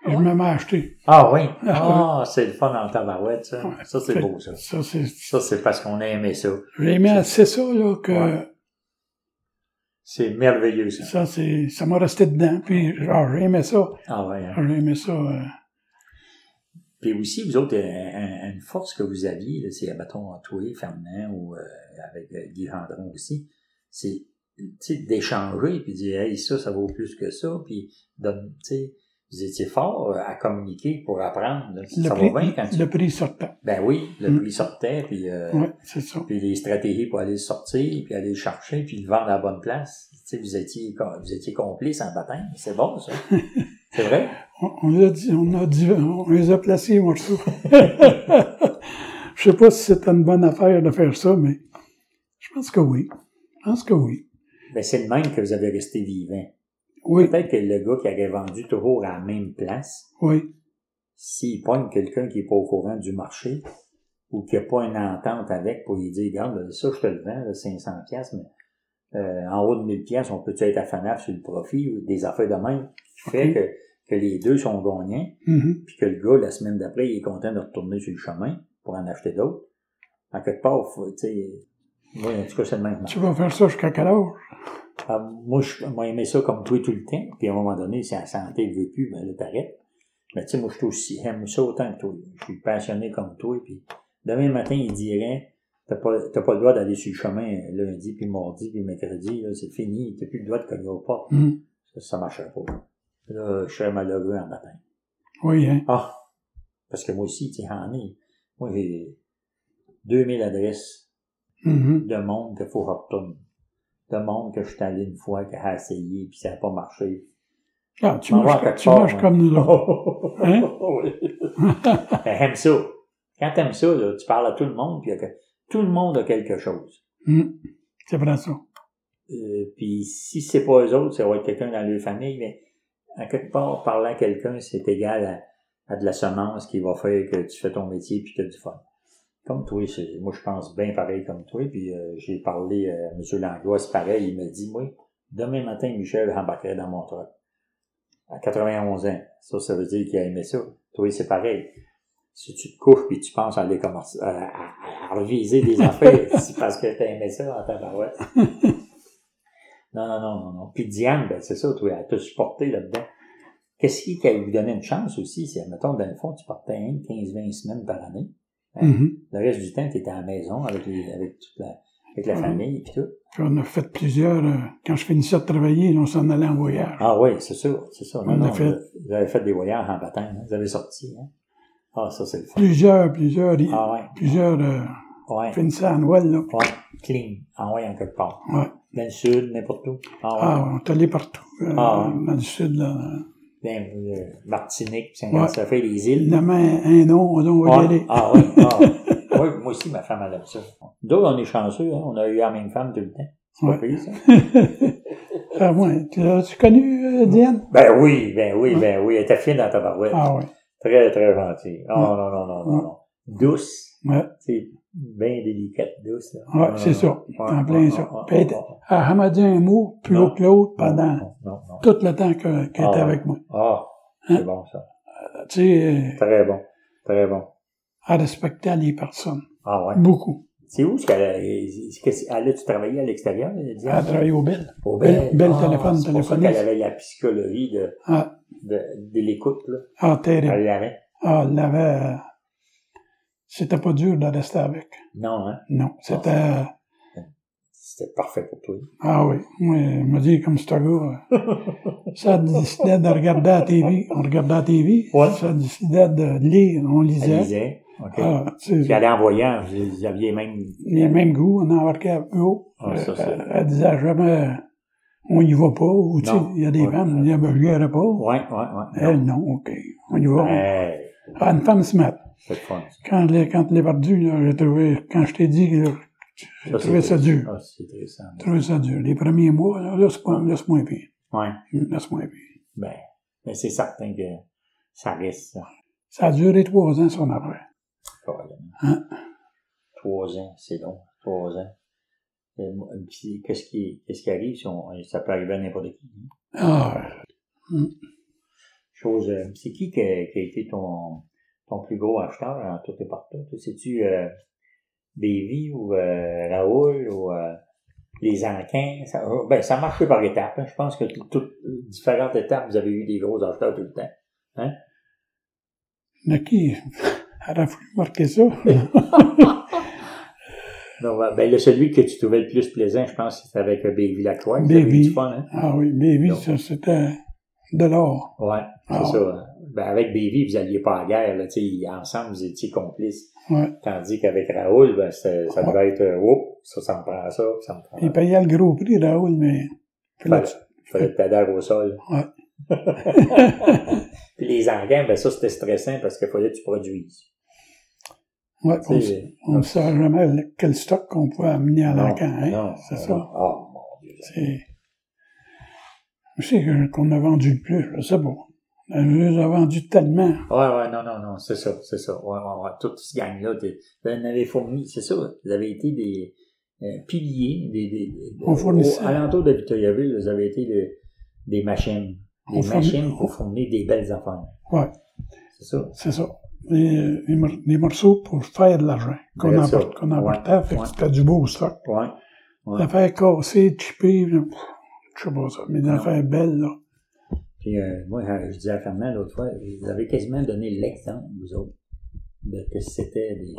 et Je me mets à acheter. Ah oui. Ah Ah, c'est le fun en tabarouette, ça. Ouais. Ça, c'est Fait- beau, ça. Ça, c'est. Ça, c'est parce qu'on a aimé ça. J'ai aimé assez ça, là, que Ouais. C'est merveilleux, ça. ça, c'est. Ça m'a resté dedans. Puis, genre, j'ai aimé ça. Ah ouais. hein. J'ai aimé ça. euh, Puis aussi, vous autres, euh, un- une force que vous aviez, là, c'est, mettons, toi, Fernand, ou euh, avec euh, Guy Gendron aussi, c'est tu sais, d'échanger, puis de dire, hey, ça, ça vaut plus que ça, puis donne- tu sais, vous étiez fort euh, à communiquer pour apprendre. là. le, ça prix, va bien quand tu... le prix sortant. Ben oui, le Mm. prix sortait, puis, euh, Oui, c'est ça. puis les stratégies pour aller le sortir, puis aller le chercher, puis le vendre à la bonne place. Tu sais, vous étiez, com- vous étiez complice en baptême, c'est bon, ça. c'est vrai? On, on l'a dit, on a dit, on les a placés, moi, je trouve. je sais pas si c'était une bonne affaire de faire ça, mais je pense que oui. Je pense que oui. Ben c'est le même que vous avez resté vivant. Oui, Peut-être que le gars qui avait vendu toujours à la même place, oui. s'il pogne quelqu'un qui n'est pas au courant du marché ou qui n'a pas une entente avec pour lui dire, regarde, là, ça, je te le vends, là, 500 pièces, mais euh, en haut de 1000 pièces, on peut-tu être à FANAF sur le profit ou des affaires de même qui fait Ok. que, que les deux sont gagnants Mhm. puis que le gars, la semaine d'après, il est content de retourner sur le chemin pour en acheter d'autres. À quelque part, faut, tu sais, moi, en tout cas, c'est le même. Tu vas faire ça jusqu'à quelle heure? Ah, moi, je, moi, j'aimais ça comme toi tout le temps. Puis à un moment donné, si la santé ne veut plus, ben là, t'arrêtes. Mais tu sais, moi, je suis aussi, j'aime ça autant que toi. Je suis passionné comme toi. Puis demain matin, il dirait, t'as pas, t'as pas le droit d'aller sur le chemin euh, lundi, puis mardi, puis mercredi, là, c'est fini. T'as plus le droit de cogner aux portes. Mhm. Ça, ça marcherait pas. Là, je serais malheureux en matin. Oui, hein. Ah! Parce que moi aussi, tu sais, j'en ai. Moi, j'ai 2000 adresses Mhm. de monde qu'il faut que je retourne. De monde que je suis allé une fois, que j'ai essayé, puis ça n'a pas marché. Ah, tu M'en marches, va co- quelque tu part, marches moi. comme nous autres. Hein? Ben, aime ça. Quand t'aimes ça, là, tu parles à tout le monde, puis il y a que- tout le monde a quelque chose. Mhm. C'est vrai, ça. Euh, puis si c'est pas eux autres, ça va être quelqu'un dans leur famille, mais à quelque part, parler à quelqu'un, c'est égal à, à de la semence qui va faire que tu fais ton métier puis tu as du fun. Comme toi, c'est- moi je pense bien pareil comme toi, puis euh, j'ai parlé à M. Langlois, c'est pareil, il me dit, moi, Demain matin, Michel embarquerait dans mon truck. À 91 ans. Ça, ça veut dire qu'il a aimé ça. Toi, c'est pareil. Si tu te couches puis tu penses à aller commencer, à, à- à reviser des affaires, c'est parce que t'as aimé ça en tabarouette. Non, non, non, non, non. Puis Diane, ben, c'est ça, toi, elle t'a supporté là-dedans. Qu'est-ce qui t'a lui donné une chance aussi? C'est, mettons, dans le fond, tu partais hein, 15-20 semaines par année. Mhm. Le reste du temps, tu étais à la maison avec, les- avec toute la, avec la Mhm. famille et tout. Puis on a fait plusieurs. euh, quand je finissais de travailler, on s'en allait en voyage. Ah oui, c'est sûr, c'est sûr. Non, On a non, fait- Vous avez fait des voyages en baptême, hein? vous avez sorti. Hein? Ah, ça, c'est le fun. Plusieurs, plusieurs, i- Ah ouais, plusieurs euh, ouais, finissaient à Noël. Là. ouais, clean. Ah ouais, en quelque part. Ouais. Dans le sud, n'importe où. Ah Ah, ouais. on est allé partout euh, Ah. dans le sud. Là. Dans, euh, Martinique, Saint-Gall, Ouais. ça fait les îles. Évidemment, un nom, on va y Ouais. aller. Ah oui, ah, oui, moi aussi, ma femme, elle aime ça. D'autres, on est chanceux, hein? on a eu la même femme tout le temps. C'est pas Ouais. pire, ça. Ah ouais. Tu as connu euh, Diane? Ben oui, ben oui, ben oui, elle était fine dans ta barouette. Ah ouais. Très, très gentille. Oh, non, non, non, non, Ouais. non. Douce. Ouais. C'est bien délicate, douce. Là. Ouais, Non, c'est non, ça. non. Ouais, En plein non, ça. non, Puis elle non, était non, Ah, elle m'a dit un mot plus Non. haut que l'autre non, pendant Non, non. tout le temps que- qu'elle Ah était ouais. avec moi. Ah, Hein? c'est bon, ça. Tu sais, euh, Très bon. Très bon. elle respectait les personnes. Ah, ouais. Beaucoup. C'est où ce qu'elle a. est-ce que c'est- Elle a-tu travaillé à l'extérieur, Elle a Diane? travaillé au Bell. Au Ah, bel- bel téléphone, C'est pour ça téléphoniste. qu'elle avait la psychologie de, Ah, de, de l'écoute, là. ah, terrible. Elle l'avait. Ah, elle l'avait. euh, C'était pas dur de rester avec. Non, hein. Non, c'était. euh, C'était parfait pour toi. Ah oui, moi, elle m'a dit comme ce gars. euh, Ça décidait de regarder la TV. On regardait la TV. Ouais. Ça décidait de lire. On Elle lisait. lisait. OK. Ah, tu Puis elle sais, allait en voyage. Vous aviez même. les mêmes goûts, on embarquait à peu haut. Ah, ça, Euh, c'est- elle disait jamais, euh, on y va pas, ou tu sais, Non. il y a des Ouais. femmes, il y a ben, je y irai pas. Ouais, ouais, ouais. Elle, non, OK, on y va. Hey, Ah, une femme se met. c'est le fun. ça. Quand, les, quand l'ai perdu, là, j'ai trouvé, quand je t'ai dit, que j'ai Ça, trouvé c'est- ça dur. Ah, c'est intéressant. J'ai trouvé ça dur. Les premiers mois, là, là, c'est pas, là, c'est moins pire. Ouais. Hum, Là, c'est moins pire. Ben, mais c'est certain que ça reste ça. Ça a duré trois ans, son affaire. probablement. Hein? Trois ans, c'est long. Trois ans. Et moi, Puis, qu'est-ce qui, qu'est-ce qui arrive si on, ça peut arriver à n'importe qui? hein? Ah, Chose, euh, c'est qui qui a, qui a été ton, ton plus gros acheteur en tout et partout? Toi, C'est-tu euh, Davy ou euh, Raoul ou euh, les Anquins? Ça, euh, ben, ça marche par étapes. hein. Je pense que t- toutes différentes étapes, vous avez eu des gros acheteurs tout le temps. de qui? Elle a voulu marquer ça. Non, ben, ben, le, celui que tu trouvais le plus plaisant, je pense, c'était avec euh, Baby Lacroix. Vous avez eu Baby. du fun, hein? Ah oui, baby, Non. ça, c'était de l'or. Ouais, c'est Ah ça. hein. Ben, avec Baby, vous alliez pas en guerre, là, tu sais, ensemble, vous étiez complices. Ouais. Tandis qu'avec Raoul, ben, c'était- ça Ouais. devait être, euh, Oups, ça, ça me prend ça, puis ça me prend Il payait le gros prix, Raoul, mais. Fallait- fallait que t'adhères au sol. Ouais. Puis les engins, ben ça, c'était stressant parce qu'il fallait que tu produises. Ouais, on, Tu sais, On ne savait jamais le- quel stock qu'on pouvait amener à non, la camp, hein? non, c'est non. ça. Ah, mon Dieu. C'est... Je sais que- qu'on a vendu le plus, je sais pas. On nous a vendu tellement. Ouais, ouais, non, non, non, c'est ça, c'est ça. Ouais, ouais, ouais. Toute cette gang-là, t'es- vous en avez fourni, c'est ça, vous avez été des euh, piliers, des, des, des- On fournissait. au- alentour de Victoriaville, vous avez été le- des machines. Des On fournit- machines pour fournir des belles affaires. Ouais, C'est ça. c'est ça. Des, des mor- des morceaux pour faire de l'argent qu'on, C'est ça. emporte- qu'on emportait. fait que Ouais. c'était du beau stock. Ouais. Ouais. L'affaire cassée, chippée, là, pff, je sais pas ça, mais des Non. affaires belles, là. Puis euh, moi, euh, je disais à Fernand l'autre fois, vous avez quasiment donné l'exemple, vous autres, de que c'était des-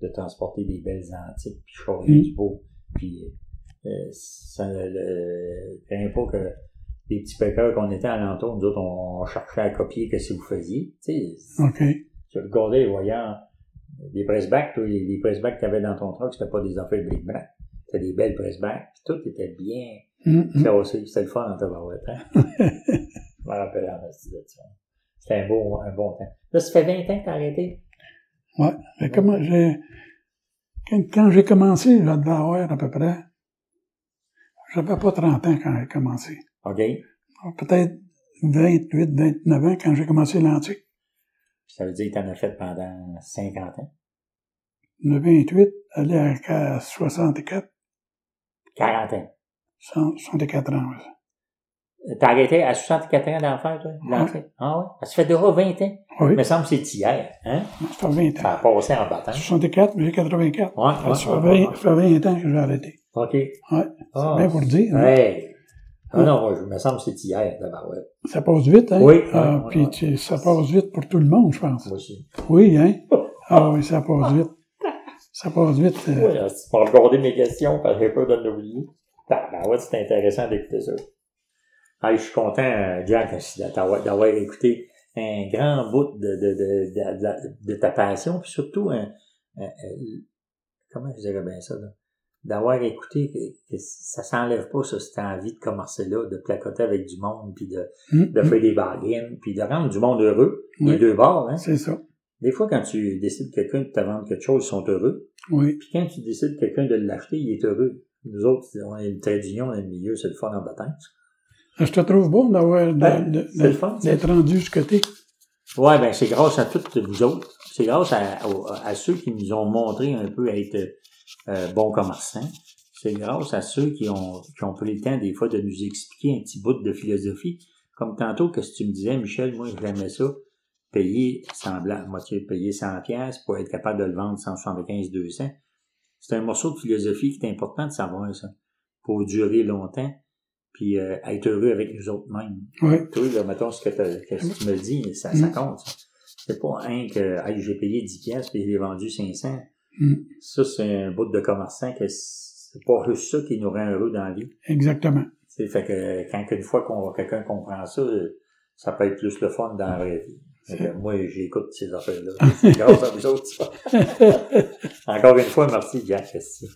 de transporter des belles antiques, puis charrier Mm. du beau. Puis euh, ça, le, peu importe que les petits péceurs qu'on était alentour, nous autres, on, cherchait à copier que si vous faisiez. Tu sais, OK. tu regardais voyant des press-backs, toi, les, les press-backs que tu avais dans ton truck, c'était pas des affaires de big bang. C'était des belles press-backs, puis tout était bien Hum, hum. ça aussi, c'était le fun en tabarouette, hein? Je me rappelle en esti de ça. C'était un beau, un bon temps. Là, ça fait 20 ans que t'as arrêté? Mais comment j'ai... Quand, quand j'ai commencé, je devais avoir à peu près... J'avais pas 30 ans quand j'ai commencé. OK. Puis peut-être 28, 29 ans quand j'ai commencé l'antique. ça veut dire que t'en as fait pendant 50 ans? De 28, aller à 64, 40 ans. 100, 64 ans. ouais. T'as arrêté à 64 ans d'enfer, toi? l'enfer? Ah ouais? Ça fait déjà 20 ans. Ah Oui, Il me semble que c'est hier, hein? ça fait 20 Ça a ans. passé en battant. 64, mais j'ai 84. Ah. Ouais, Ça fait 20, ça fait 20 ans que j'ai arrêté. OK. Ouais. Ah, Bien pour le dire. hein. Hey! Ah non, moi, je me semble que c'est hier, tabarouette. Ça passe vite, hein? Oui, Ah, oui, oui, puis oui. tu- ça passe vite pour tout le monde, je pense. Moi aussi. Oui, hein? Ah oui, ça passe vite. Ça passe vite. euh, Ouais, hein, c'est pour regarder mes questions, parce que j'ai peur de l'oublier. Tabarouette, Ah, ben, c'est intéressant d'écouter ça. Ah, je suis content, euh, Jack, aussi, d'avoir d'avoir écouté un grand bout de, de, de, de, de la- de ta passion, puis surtout, un, un- un- comment je dirais bien ça, là? d'avoir écouté que, que ça s'enlève pas, ça, cette envie de commencer là, de placoter avec du monde, puis de, hum, de hum, faire des bargaines, puis de rendre du monde heureux, les Oui. deux bords. Hein? C'est ça. Des fois, quand tu décides que quelqu'un de te vendre quelque chose, ils sont heureux. Oui. Puis quand tu décides que quelqu'un de l'acheter, il est heureux. Nous autres, on est le trait d'union, on est le milieu, c'est le fun en baptême. Je te trouve bon d'avoir de- Ben, de- c'est le fun, de- d'être rendu ce côté. Ouais, ben c'est grâce à toutes vous autres. C'est grâce à, au- à ceux qui nous ont montré un peu à être euh, bons commerçants. C'est grâce à ceux qui ont, qui ont pris le temps des fois de nous expliquer un petit bout de philosophie. Comme tantôt que si tu me disais, Michel, moi j'aimais ça, payer semblant, moitié payer 100 pièces pour être capable de le vendre 175, 200. C'est un morceau de philosophie qui est important de savoir ça, pour durer longtemps, puis euh, être heureux avec nous autres mêmes. Oui. Toi, là, mettons, ce que, t'as- que ce que tu me dis, ça, ça Mm. compte. ça. C'est pas un que hey, j'ai payé 10 pièces puis j'ai vendu 500. Mm. Ça, c'est un bout de commerçant que c'est pas juste ça qui nous rend heureux dans la vie. Exactement. C'est fait que quand une fois qu'on quelqu'un comprend ça, ça peut être plus le fun dans la vraie vie. Fait que moi, j'écoute ces affaires-là. C'est grâce à vous autres. ça. Encore une fois, merci, Jack. Merci.